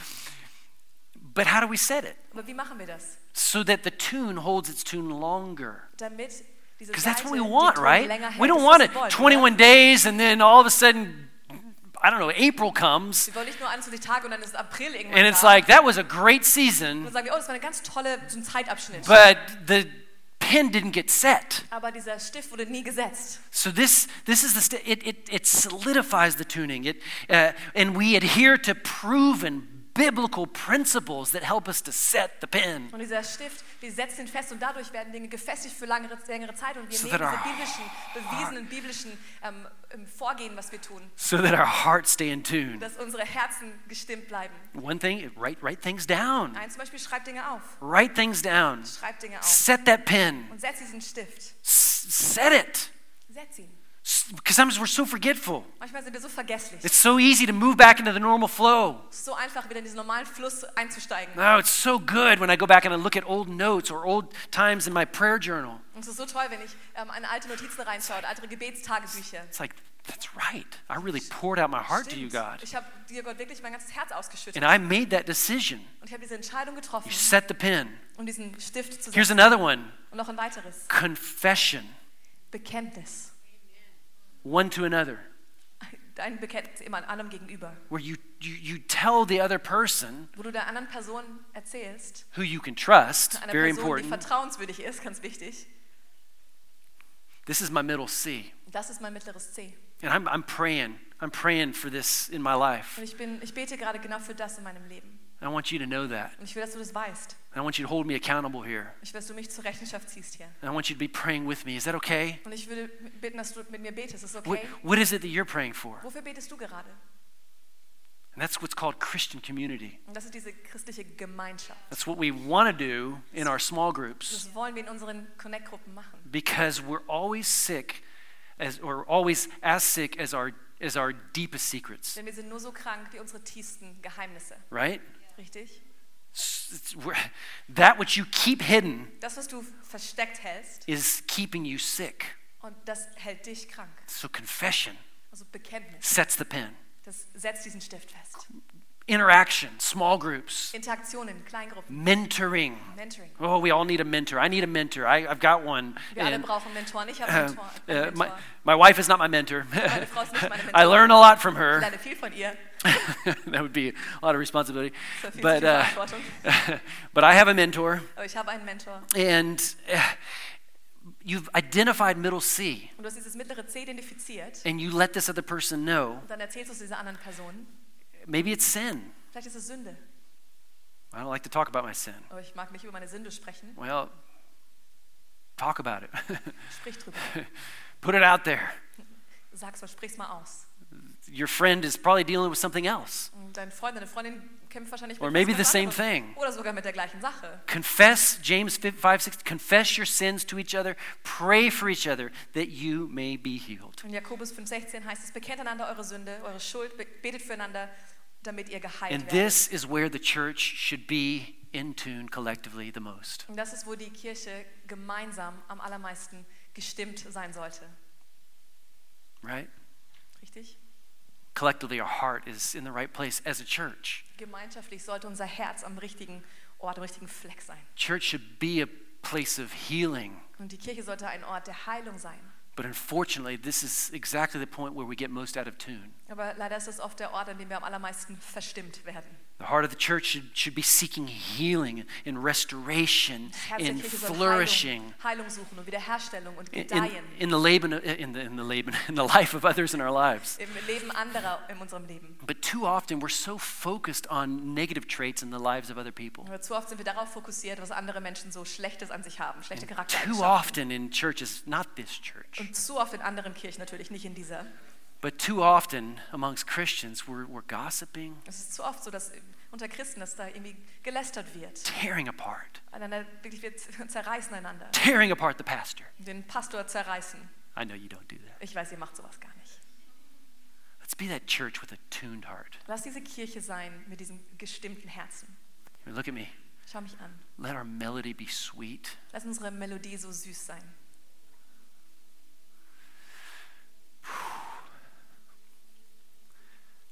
Speaker 1: But how do we set it?
Speaker 2: Aber wie machen wir das?
Speaker 1: So that the tune holds its tune longer.
Speaker 2: Damit diese
Speaker 1: Because that's
Speaker 2: Saite
Speaker 1: what we
Speaker 2: den
Speaker 1: want,
Speaker 2: Ton
Speaker 1: right?
Speaker 2: länger hält,
Speaker 1: We don't
Speaker 2: als
Speaker 1: want
Speaker 2: wir
Speaker 1: it
Speaker 2: wollen, oder?
Speaker 1: 21 days and then all of a sudden, I don't know, April comes
Speaker 2: Wir wollen nicht nur 21 Tage und dann ist April irgendwann
Speaker 1: and it's
Speaker 2: da.
Speaker 1: like, that was a great
Speaker 2: und dann
Speaker 1: season,
Speaker 2: sagen wir, oh, das war eine ganz tolle so ein Zeitabschnitt.
Speaker 1: but the pin didn't get set.
Speaker 2: Aber dieser Stift wurde nie gesetzt.
Speaker 1: So this this is the st- it, it it solidifies the tuning. It uh, and we adhere to proven biblical principles that help us to set the pin.
Speaker 2: Und dieser Stift, wir setzen ihn fest und dadurch werden Dinge gefestigt für langere, längere Zeit und wir
Speaker 1: So
Speaker 2: nehmen
Speaker 1: that
Speaker 2: diese
Speaker 1: our
Speaker 2: biblischen,
Speaker 1: Ah.
Speaker 2: bewiesenen biblischen ähm, ähm, Vorgehen, was wir tun,
Speaker 1: so that our hearts stay in tune.
Speaker 2: dass unsere Herzen gestimmt bleiben.
Speaker 1: One thing, write, write things down.
Speaker 2: Eins zum Beispiel, schreib Dinge auf.
Speaker 1: Write things down.
Speaker 2: Schreib Dinge auf.
Speaker 1: Set that pen.
Speaker 2: Und setz diesen Stift.
Speaker 1: S- set it.
Speaker 2: Setz ihn.
Speaker 1: Because sometimes we're so forgetful.
Speaker 2: Manchmal sind wir so vergesslich.
Speaker 1: It's so easy to move back into the normal flow.
Speaker 2: Es ist so einfach, wieder in diesen normalen Fluss einzusteigen.
Speaker 1: Oh, it's so good when I go back and I look at old notes or old times in my prayer journal.
Speaker 2: Und es ist so toll, wenn ich ähm, an alte Notizen reinschaue, an alte Gebetstagebücher.
Speaker 1: It's like, that's right. I really poured out my heart to you,
Speaker 2: Stimmt.
Speaker 1: God.
Speaker 2: Ich habe dir, Gott, wirklich mein ganzes Herz ausgeschüttet.
Speaker 1: And I made that decision.
Speaker 2: Und ich habe diese Entscheidung getroffen,
Speaker 1: You set the pen.
Speaker 2: um diesen Stift zu
Speaker 1: Here's
Speaker 2: setzen.
Speaker 1: another one
Speaker 2: Und noch ein weiteres.
Speaker 1: confession
Speaker 2: Bekenntnis.
Speaker 1: one to another,
Speaker 2: Dein Bekenntnis immer anderem gegenüber.
Speaker 1: where you, you, you tell the other person
Speaker 2: Wo du der anderen Person erzählst,
Speaker 1: who you can trust.
Speaker 2: einer
Speaker 1: Very
Speaker 2: Person, die
Speaker 1: important.
Speaker 2: vertrauenswürdig ist, ganz wichtig.
Speaker 1: This is my middle C.
Speaker 2: Das ist mein mittleres C.
Speaker 1: And I'm, I'm praying. I'm praying for this in my life.
Speaker 2: Und ich, bin, ich bete gerade genau für das in meinem Leben.
Speaker 1: I want you to know that.
Speaker 2: Und ich will, dass du das weißt.
Speaker 1: I want you to hold me accountable here.
Speaker 2: Ich will, dass du mich zur Rechenschaft ziehst hier.
Speaker 1: And I want you to be praying with me. Is that okay?
Speaker 2: Und ich würde bitten, dass du mit mir betest. Ist
Speaker 1: What,
Speaker 2: okay?
Speaker 1: what is it that you're praying for?
Speaker 2: Wofür betest du gerade?
Speaker 1: And that's what's called Christian community.
Speaker 2: Und das ist diese christliche Gemeinschaft.
Speaker 1: That's what we want to do in our small groups
Speaker 2: Das wollen wir in unseren Connect-Gruppen machen.
Speaker 1: because we're always sick as, or always as sick as our, as our deepest secrets,
Speaker 2: Denn wir sind nur so krank wie unsere tiefsten Geheimnisse.
Speaker 1: right?
Speaker 2: Richtig?
Speaker 1: S- it's- we're- That which you keep hidden
Speaker 2: Das, was du versteckt hältst,
Speaker 1: is keeping you sick.
Speaker 2: und das hält dich krank.
Speaker 1: So confession
Speaker 2: Also Bekenntnis.
Speaker 1: sets the pin.
Speaker 2: Das setzt diesen Stift fest.
Speaker 1: Interaction, small groups,
Speaker 2: Interaktion in Kleingruppen,
Speaker 1: mentoring.
Speaker 2: Mentoring.
Speaker 1: Oh, we all need a mentor. I need a mentor. I, I've got one.
Speaker 2: Wir alle
Speaker 1: And,
Speaker 2: brauchen Mentoren. Ich habe
Speaker 1: uh,
Speaker 2: Mentor, einen
Speaker 1: uh, my,
Speaker 2: Mentor.
Speaker 1: my wife is not my mentor.
Speaker 2: Frau ist nicht meine
Speaker 1: I
Speaker 2: Mentorin.
Speaker 1: learn a lot from
Speaker 2: Ich
Speaker 1: her.
Speaker 2: lerne viel von ihr.
Speaker 1: that would be a lot of responsibility.
Speaker 2: Das ist
Speaker 1: But,
Speaker 2: viel
Speaker 1: uh,
Speaker 2: Verantwortung.
Speaker 1: but I have a mentor,
Speaker 2: Aber ich habe einen Mentor.
Speaker 1: and uh, you've identified middle C,
Speaker 2: Und du hast dieses mittlere C identifiziert.
Speaker 1: and you let this other person know.
Speaker 2: Und dann erzählst du es dieser anderen Person.
Speaker 1: Maybe it's sin.
Speaker 2: Vielleicht ist es Sünde.
Speaker 1: I don't like to talk about my sin.
Speaker 2: Aber ich mag nicht über meine Sünde sprechen.
Speaker 1: Well, talk about it,
Speaker 2: Sprich drüber.
Speaker 1: put it out there.
Speaker 2: Sag's mal, sprich's mal aus.
Speaker 1: Your friend is probably dealing with something else.
Speaker 2: Und Dein Freund, deine Freundin kämpft wahrscheinlich mit
Speaker 1: Or maybe
Speaker 2: was
Speaker 1: the same
Speaker 2: ganz anderem.
Speaker 1: thing.
Speaker 2: Oder sogar mit der gleichen Sache.
Speaker 1: Confess, James 5, 5 6, confess your sins to each other, pray for each other that you may be healed.
Speaker 2: In Jakobus 5,16 heißt es: Bekennt einander eure Sünde, eure Schuld, be- betet füreinander, damit ihr geheilt
Speaker 1: And
Speaker 2: werdet.
Speaker 1: this is where the church should be in tune collectively the most.
Speaker 2: Und das ist, wo die Kirche gemeinsam am allermeisten gestimmt sein sollte.
Speaker 1: right?
Speaker 2: Richtig?
Speaker 1: Collectively, our heart is in the right place as a church.
Speaker 2: Gemeinschaftlich sollte unser Herz am richtigen Ort, am richtigen Fleck sein.
Speaker 1: Church should be a place of healing.
Speaker 2: Und die Kirche sollte ein Ort der Heilung sein.
Speaker 1: But unfortunately, this is exactly the point where we get most out of tune.
Speaker 2: Aber leider ist das oft der Ort, an dem wir am allermeisten verstimmt werden.
Speaker 1: The heart of the church should, should be seeking healing and restoration
Speaker 2: Das Herz der
Speaker 1: and
Speaker 2: Kirche soll
Speaker 1: flourishing.
Speaker 2: Heilung, Heilung suchen und Wiederherstellung und
Speaker 1: in- In,
Speaker 2: Gedeihen
Speaker 1: in the Laban, in the, in the Laban, in the life of others in our lives.
Speaker 2: im Leben anderer in unserem Leben.
Speaker 1: But too often we're so focused on negative traits in the lives of other people.
Speaker 2: Aber zu oft sind wir darauf fokussiert, was andere Menschen so Schlechtes an sich haben, schlechte
Speaker 1: Too
Speaker 2: Charaktereigenschaften.
Speaker 1: often in churches, not this church,
Speaker 2: Und zu oft in anderen Kirchen natürlich, nicht in dieser.
Speaker 1: but too often amongst Christians, we're, we're gossiping,
Speaker 2: Es ist zu oft so, dass unter Christen, dass da irgendwie gelästert wird.
Speaker 1: tearing apart,
Speaker 2: Einander, wirklich, wir zerreißen einander.
Speaker 1: tearing apart the pastor.
Speaker 2: Den Pastor zerreißen.
Speaker 1: I know you don't do that.
Speaker 2: Ich weiß, ihr macht sowas gar nicht.
Speaker 1: Let's be that church with a tuned heart.
Speaker 2: Lass diese Kirche sein mit diesem gestimmten Herzen.
Speaker 1: I mean, look at me.
Speaker 2: Schau mich an.
Speaker 1: Let our melody be sweet.
Speaker 2: Lass unsere Melodie so süß sein.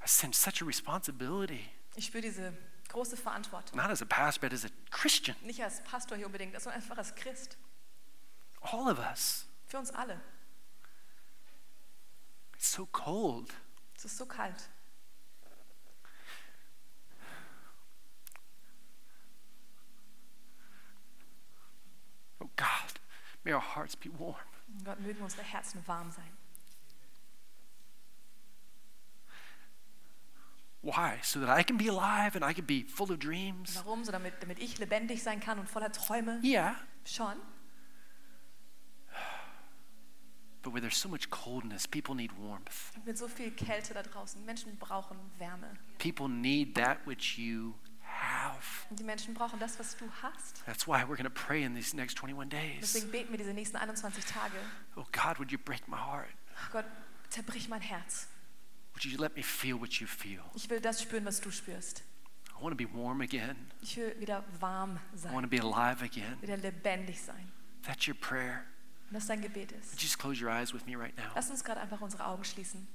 Speaker 1: I sense such a responsibility,
Speaker 2: Ich spüre diese große Verantwortung.
Speaker 1: not as a pastor, but as a Christian.
Speaker 2: Nicht als Pastor hier unbedingt, sondern einfach als Christ.
Speaker 1: All of us.
Speaker 2: Für uns alle.
Speaker 1: It's so cold.
Speaker 2: Es ist so kalt.
Speaker 1: Oh God, may our hearts be warm.
Speaker 2: Und Gott, mögen unsere Herzen warm sein.
Speaker 1: Why? So that I can be alive and I can be full of dreams.
Speaker 2: Warum? So damit, damit ich lebendig sein kann und voller Träume.
Speaker 1: Yeah,
Speaker 2: Schon.
Speaker 1: but where there's so much coldness, people need warmth.
Speaker 2: Mit so viel Kälte da draußen. Menschen brauchen Wärme.
Speaker 1: People need that which you have.
Speaker 2: Und die Menschen brauchen das, was du hast.
Speaker 1: That's why we're going to pray in these next 21 days.
Speaker 2: Deswegen beten wir diese nächsten 21 Tage.
Speaker 1: Oh God, would you break my heart?
Speaker 2: Ach Gott, zerbrich mein Herz.
Speaker 1: Would you let me feel what you feel?
Speaker 2: Ich will das spüren, was du spürst.
Speaker 1: I want to be warm again.
Speaker 2: Ich will wieder warm
Speaker 1: I want
Speaker 2: sein,
Speaker 1: to be alive again.
Speaker 2: wieder lebendig sein.
Speaker 1: That's your prayer.
Speaker 2: Und das dein Gebet ist.
Speaker 1: Just close your eyes with me right now.
Speaker 2: Lass uns gerade einfach unsere Augen schließen.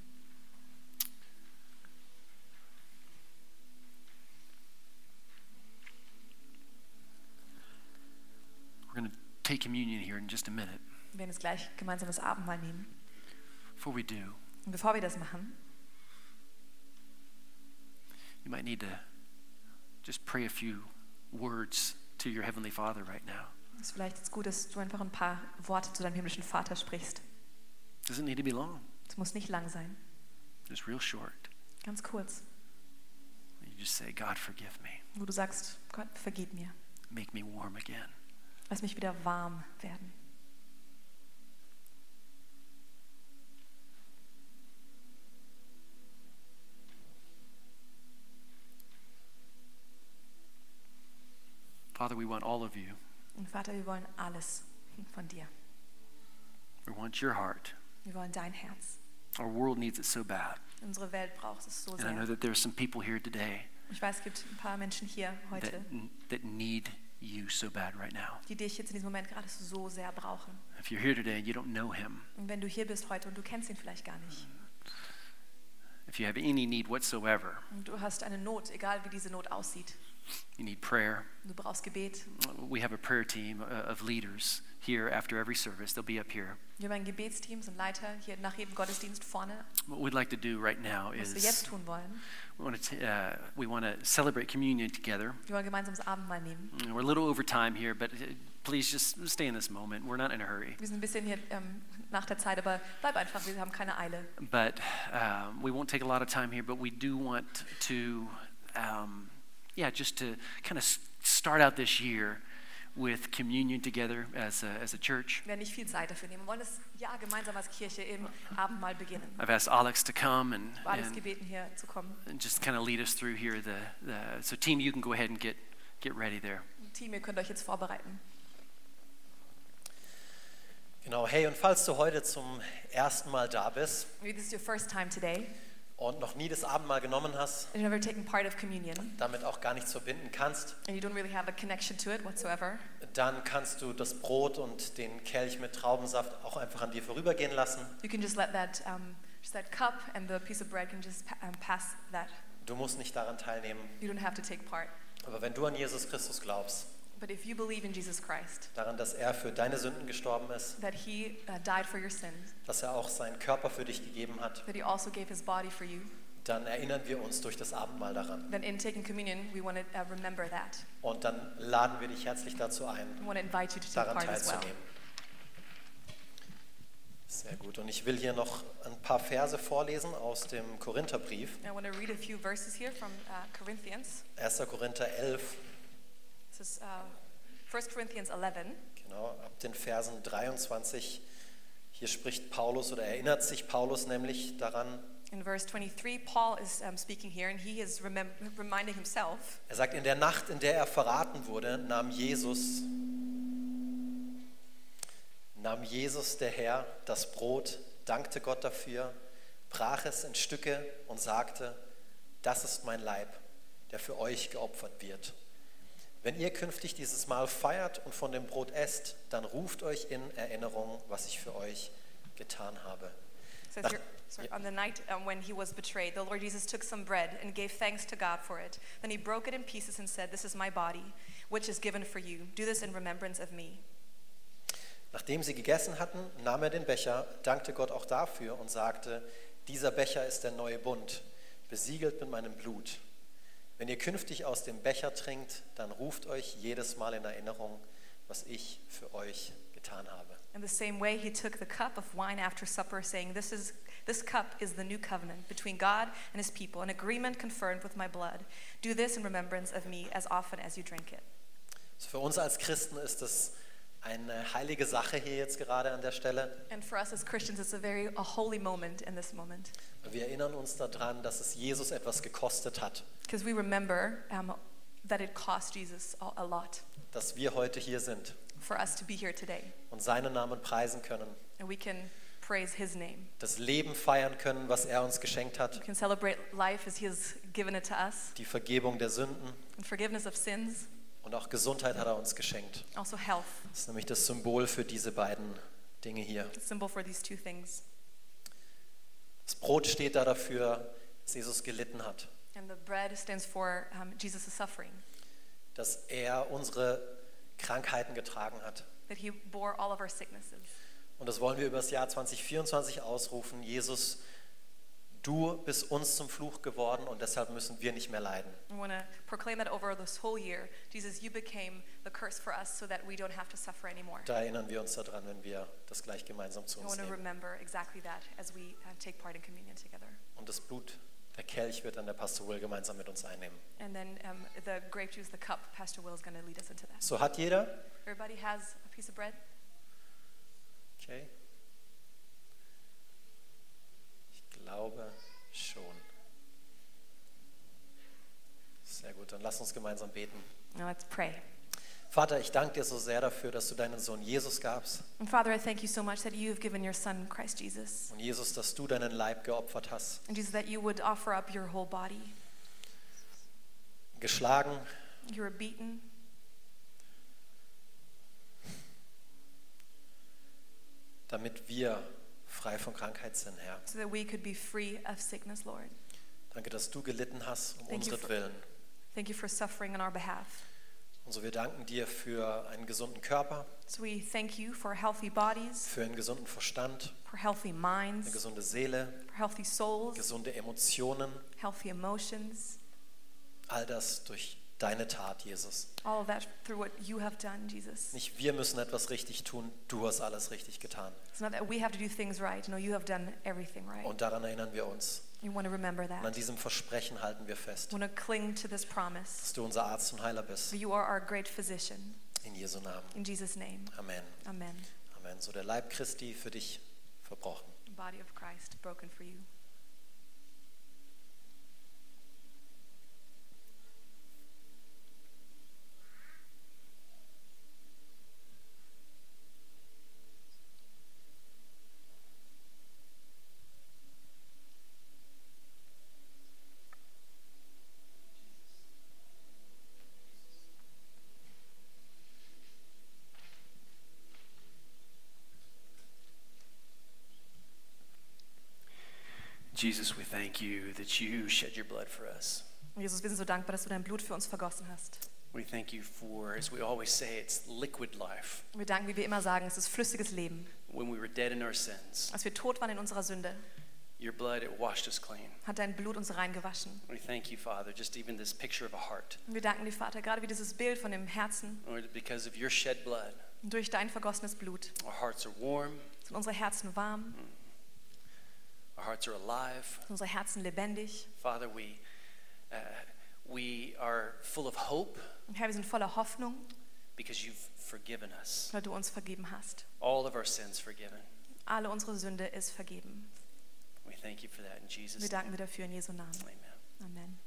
Speaker 1: We're going to take communion here in just a minute.
Speaker 2: Wir werden jetzt gleich gemeinsam das Abendmahl nehmen.
Speaker 1: Before we do,
Speaker 2: Und bevor wir das machen,
Speaker 1: you might need to just pray a few words to your Heavenly Father right now.
Speaker 2: ist vielleicht jetzt gut, dass du einfach ein paar Worte zu deinem himmlischen Vater sprichst.
Speaker 1: Doesn't need to be long,
Speaker 2: Es muss nicht lang sein,
Speaker 1: just real short.
Speaker 2: ganz kurz,
Speaker 1: You just say, God, forgive me.
Speaker 2: wo du sagst, Gott, vergib mir.
Speaker 1: Make me warm again.
Speaker 2: Lass mich wieder warm werden.
Speaker 1: Father, we want all of you.
Speaker 2: Und Vater, wir wollen alles von dir.
Speaker 1: We want your heart.
Speaker 2: Wir wollen dein Herz.
Speaker 1: Our world needs it so bad.
Speaker 2: Unsere Welt braucht es so
Speaker 1: And I know
Speaker 2: sehr.
Speaker 1: that there are some people here today
Speaker 2: Ich weiß, es gibt ein paar Menschen hier
Speaker 1: that,
Speaker 2: heute,
Speaker 1: that need you so bad right now.
Speaker 2: die dich jetzt in diesem Moment gerade so sehr brauchen.
Speaker 1: If you're here today and you don't know him,
Speaker 2: Und wenn du hier bist heute und du kennst ihn vielleicht gar nicht
Speaker 1: if you have any need whatsoever,
Speaker 2: und du hast eine Not, egal wie diese Not aussieht,
Speaker 1: you need prayer,
Speaker 2: du brauchst Gebet.
Speaker 1: we have a prayer team uh, of leaders here after every service. They'll be up here.
Speaker 2: Wir haben ein Gebetsteam, so ein Leiter hier nach jedem Gottesdienst vorne.
Speaker 1: What we'd like to do right now
Speaker 2: Was wir
Speaker 1: is
Speaker 2: jetzt tun wollen,
Speaker 1: we want to, uh, we want to celebrate communion together.
Speaker 2: wir wollen gemeinsam das Abendmahl nehmen.
Speaker 1: We're a little over time here, but uh, please just stay in this moment. We're not in a hurry.
Speaker 2: Wir sind ein bisschen hier ähm, nach der Zeit, aber bleib einfach, wir haben keine Eile.
Speaker 1: But um, we won't take a lot of time here, but we do want to, um, yeah, just to kind of s- start out this year with communion together as a, as a church.
Speaker 2: Wir werden nicht viel Zeit dafür nehmen. Wir wollen das Jahr gemeinsam als Kirche im Abendmahl beginnen.
Speaker 1: I've asked Alex to come and,
Speaker 2: War alles
Speaker 1: and,
Speaker 2: gebeten, hier zu kommen.
Speaker 1: and just kind of lead us through here. The, the, so, team, you can go ahead and get, get ready there.
Speaker 2: Team, ihr könnt euch jetzt vorbereiten.
Speaker 3: Genau, hey, und falls du heute zum ersten Mal da bist
Speaker 2: This is your first time today.
Speaker 3: und noch nie das Abendmahl genommen hast,
Speaker 2: You've never taken part of communion
Speaker 3: damit auch gar nichts verbinden kannst,
Speaker 2: and you don't really have a connection to it whatsoever.
Speaker 3: dann kannst du das Brot und den Kelch mit Traubensaft auch einfach an dir vorübergehen lassen.
Speaker 2: You can just let that, um, just that cup and the piece of bread can just pa um, pass that.
Speaker 3: Du musst nicht daran teilnehmen.
Speaker 2: You don't have to take part.
Speaker 3: Aber wenn du an Jesus Christus glaubst,
Speaker 2: But if you believe in Jesus Christ,
Speaker 3: daran, dass er für deine Sünden gestorben ist,
Speaker 2: that he uh, died for your sins,
Speaker 3: dass er auch seinen Körper für dich gegeben hat,
Speaker 2: that he also gave his body for you,
Speaker 3: dann erinnern wir uns durch das Abendmahl daran.
Speaker 2: then in taking communion, we want to uh, remember that.
Speaker 3: Und dann laden wir dich herzlich dazu ein,
Speaker 2: We want to invite you to take
Speaker 3: daran
Speaker 2: part as well.
Speaker 3: teilzunehmen. Sehr gut. Und ich will hier noch ein paar Verse vorlesen aus dem Korintherbrief.
Speaker 2: I want to read a few verses here from uh, Corinthians.
Speaker 3: 1. Korinther 11,
Speaker 2: This is uh, 1 Corinthians 11.
Speaker 3: genau, ab den Versen 23. Hier spricht Paulus oder erinnert sich Paulus nämlich daran.
Speaker 2: In verse 23, Paul is um, speaking here, and he is remem- reminding himself
Speaker 3: Er sagt, in der Nacht, in der er verraten wurde, nahm Jesus, nahm Jesus der Herr das Brot, dankte Gott dafür, brach es in Stücke und sagte, das ist mein Leib, der für euch geopfert wird. Wenn ihr künftig dieses Mahl feiert und von dem Brot esst, dann ruft euch in Erinnerung, was ich für euch getan habe.
Speaker 2: says
Speaker 3: Nach-
Speaker 2: here, sorry, on the night um, when he was betrayed, the Lord Jesus took some bread and gave thanks to God for it. Then he broke it in pieces and said, This is my body, which is given for you. Do this in remembrance of me.
Speaker 3: Nachdem sie gegessen hatten, nahm er den Becher, dankte Gott auch dafür und sagte, dieser Becher ist der neue Bund, besiegelt mit meinem Blut. Wenn ihr künftig aus dem Becher trinkt, dann ruft euch jedes Mal in Erinnerung, was ich für euch getan habe.
Speaker 2: In the same way, he took the cup of wine after supper, saying, This, is, this cup is the new covenant between God and his people, an agreement confirmed with my blood. Do this in remembrance of me as often as you drink it.
Speaker 3: Also für uns als Christen ist es eine heilige Sache hier jetzt gerade an der Stelle.
Speaker 2: And for us as Christians, it's a very a holy moment in this moment
Speaker 3: Wir erinnern uns daran, dass es Jesus etwas gekostet hat,
Speaker 2: because we remember um, that it cost Jesus a, a lot
Speaker 3: dass wir heute hier sind
Speaker 2: for us to be here today.
Speaker 3: und seinen Namen preisen können,
Speaker 2: And we can praise his name.
Speaker 3: das Leben feiern können, was er uns geschenkt hat.
Speaker 2: We can celebrate life as he has given it to us
Speaker 3: die Vergebung der Sünden
Speaker 2: and forgiveness of sins,
Speaker 3: und auch Gesundheit hat er uns geschenkt.
Speaker 2: also health.
Speaker 3: Das ist nämlich das Symbol für diese beiden Dinge hier.
Speaker 2: It's a symbol for these two things.
Speaker 3: Das Brot steht da dafür, dass Jesus gelitten hat,
Speaker 2: And the bread stands for um, Jesus' suffering,
Speaker 3: dass er unsere Krankheiten getragen hat.
Speaker 2: that he bore all of our sicknesses.
Speaker 3: Und das wollen wir über das Jahr 2024 ausrufen. Jesus, du bist uns zum Fluch geworden und deshalb müssen wir nicht mehr leiden.
Speaker 2: We want to proclaim that over this whole year. Jesus, you became the curse for us so that we don't have to suffer anymore.
Speaker 3: Da erinnern wir uns daran, wenn wir das gleich gemeinsam zu
Speaker 2: We
Speaker 3: uns
Speaker 2: want to
Speaker 3: nehmen.
Speaker 2: remember exactly that as we uh, take part in communion together.
Speaker 3: Und das Blut, der Kelch wird dann der Pastor Will gemeinsam mit uns einnehmen.
Speaker 2: And then um, the grape juice, the cup, Pastor Will is going to lead us into that.
Speaker 3: So hat jeder
Speaker 2: Everybody has a piece of bread?
Speaker 3: Okay. Ich glaube schon. Sehr gut, dann lass uns gemeinsam beten.
Speaker 2: Now let's pray.
Speaker 3: Vater, ich danke dir so sehr dafür, dass du deinen Sohn Jesus gabst
Speaker 2: And Father, I thank you so much that you have given your son, Christ Jesus.
Speaker 3: und Jesus, dass du deinen Leib geopfert hast,
Speaker 2: And Jesus, that you would offer up your whole body.
Speaker 3: geschlagen,
Speaker 2: You were beaten,
Speaker 3: damit wir frei von Krankheit sind, Herr.
Speaker 2: so that we could be free of sickness, Lord.
Speaker 3: Danke, dass du gelitten hast um
Speaker 2: Thank you for-
Speaker 3: unseretwillen.
Speaker 2: Thank you for suffering on our behalf.
Speaker 3: Und so wir danken dir für einen gesunden Körper,
Speaker 2: So we thank you for healthy bodies,
Speaker 3: für einen gesunden Verstand,
Speaker 2: for healthy
Speaker 3: eine
Speaker 2: minds,
Speaker 3: gesunde Seele,
Speaker 2: for healthy souls,
Speaker 3: gesunde Emotionen,
Speaker 2: healthy emotions,
Speaker 3: all das durch deine Tat, Jesus.
Speaker 2: all of that through what you have done, Jesus.
Speaker 3: Nicht wir müssen etwas richtig tun, du hast alles richtig getan.
Speaker 2: It's not that we have to do things right. No, you have done everything right.
Speaker 3: Und daran erinnern wir uns.
Speaker 2: You want to remember that.
Speaker 3: Und an diesem Versprechen halten wir fest,
Speaker 2: want to cling to this promise.
Speaker 3: dass du unser Arzt und Heiler bist.
Speaker 2: that You are our great physician.
Speaker 3: In Jesu Namen.
Speaker 2: In Jesus' name,
Speaker 3: Amen.
Speaker 2: amen.
Speaker 3: Amen. So der Leib Christi für dich verbrochen.
Speaker 2: The body of Christ broken for you.
Speaker 4: Jesus, we thank you that you shed your blood for us.
Speaker 2: Jesus, wir sind so dankbar, dass du dein Blut für uns vergossen hast.
Speaker 5: We thank you for, as we always say, it's liquid life.
Speaker 2: Und wir danken, wie wir immer sagen, es ist flüssiges Leben.
Speaker 5: When we were dead in our sins,
Speaker 2: Als wir tot waren in unserer Sünde,
Speaker 5: your blood, it washed us clean.
Speaker 2: hat dein Blut uns reingewaschen.
Speaker 5: We thank you, Father, just even this picture of a heart.
Speaker 2: Und wir danken dir, Vater, gerade wie dieses Bild von dem Herzen
Speaker 5: Lord, because of your shed blood,
Speaker 2: und durch dein vergossenes Blut
Speaker 5: our hearts are warm,
Speaker 2: sind unsere Herzen warm,
Speaker 5: our hearts are alive.
Speaker 2: sind unsere Herzen lebendig.
Speaker 5: Father, we, uh, we are full of hope
Speaker 2: Und Herr, wir sind voller Hoffnung,
Speaker 5: because you've forgiven us.
Speaker 2: weil du uns vergeben hast.
Speaker 5: All of our sins forgiven.
Speaker 2: Alle unsere Sünde ist vergeben.
Speaker 5: We thank you for that in
Speaker 2: Wir
Speaker 5: Jesus'
Speaker 2: danken
Speaker 5: name.
Speaker 2: dir dafür in Jesu Namen.
Speaker 5: Amen.
Speaker 2: Amen.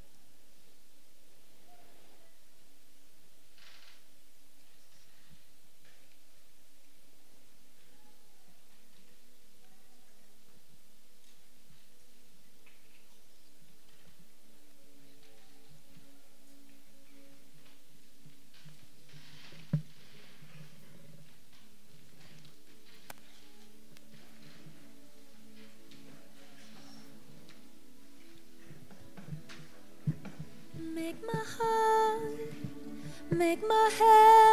Speaker 4: Make my heart, make my head.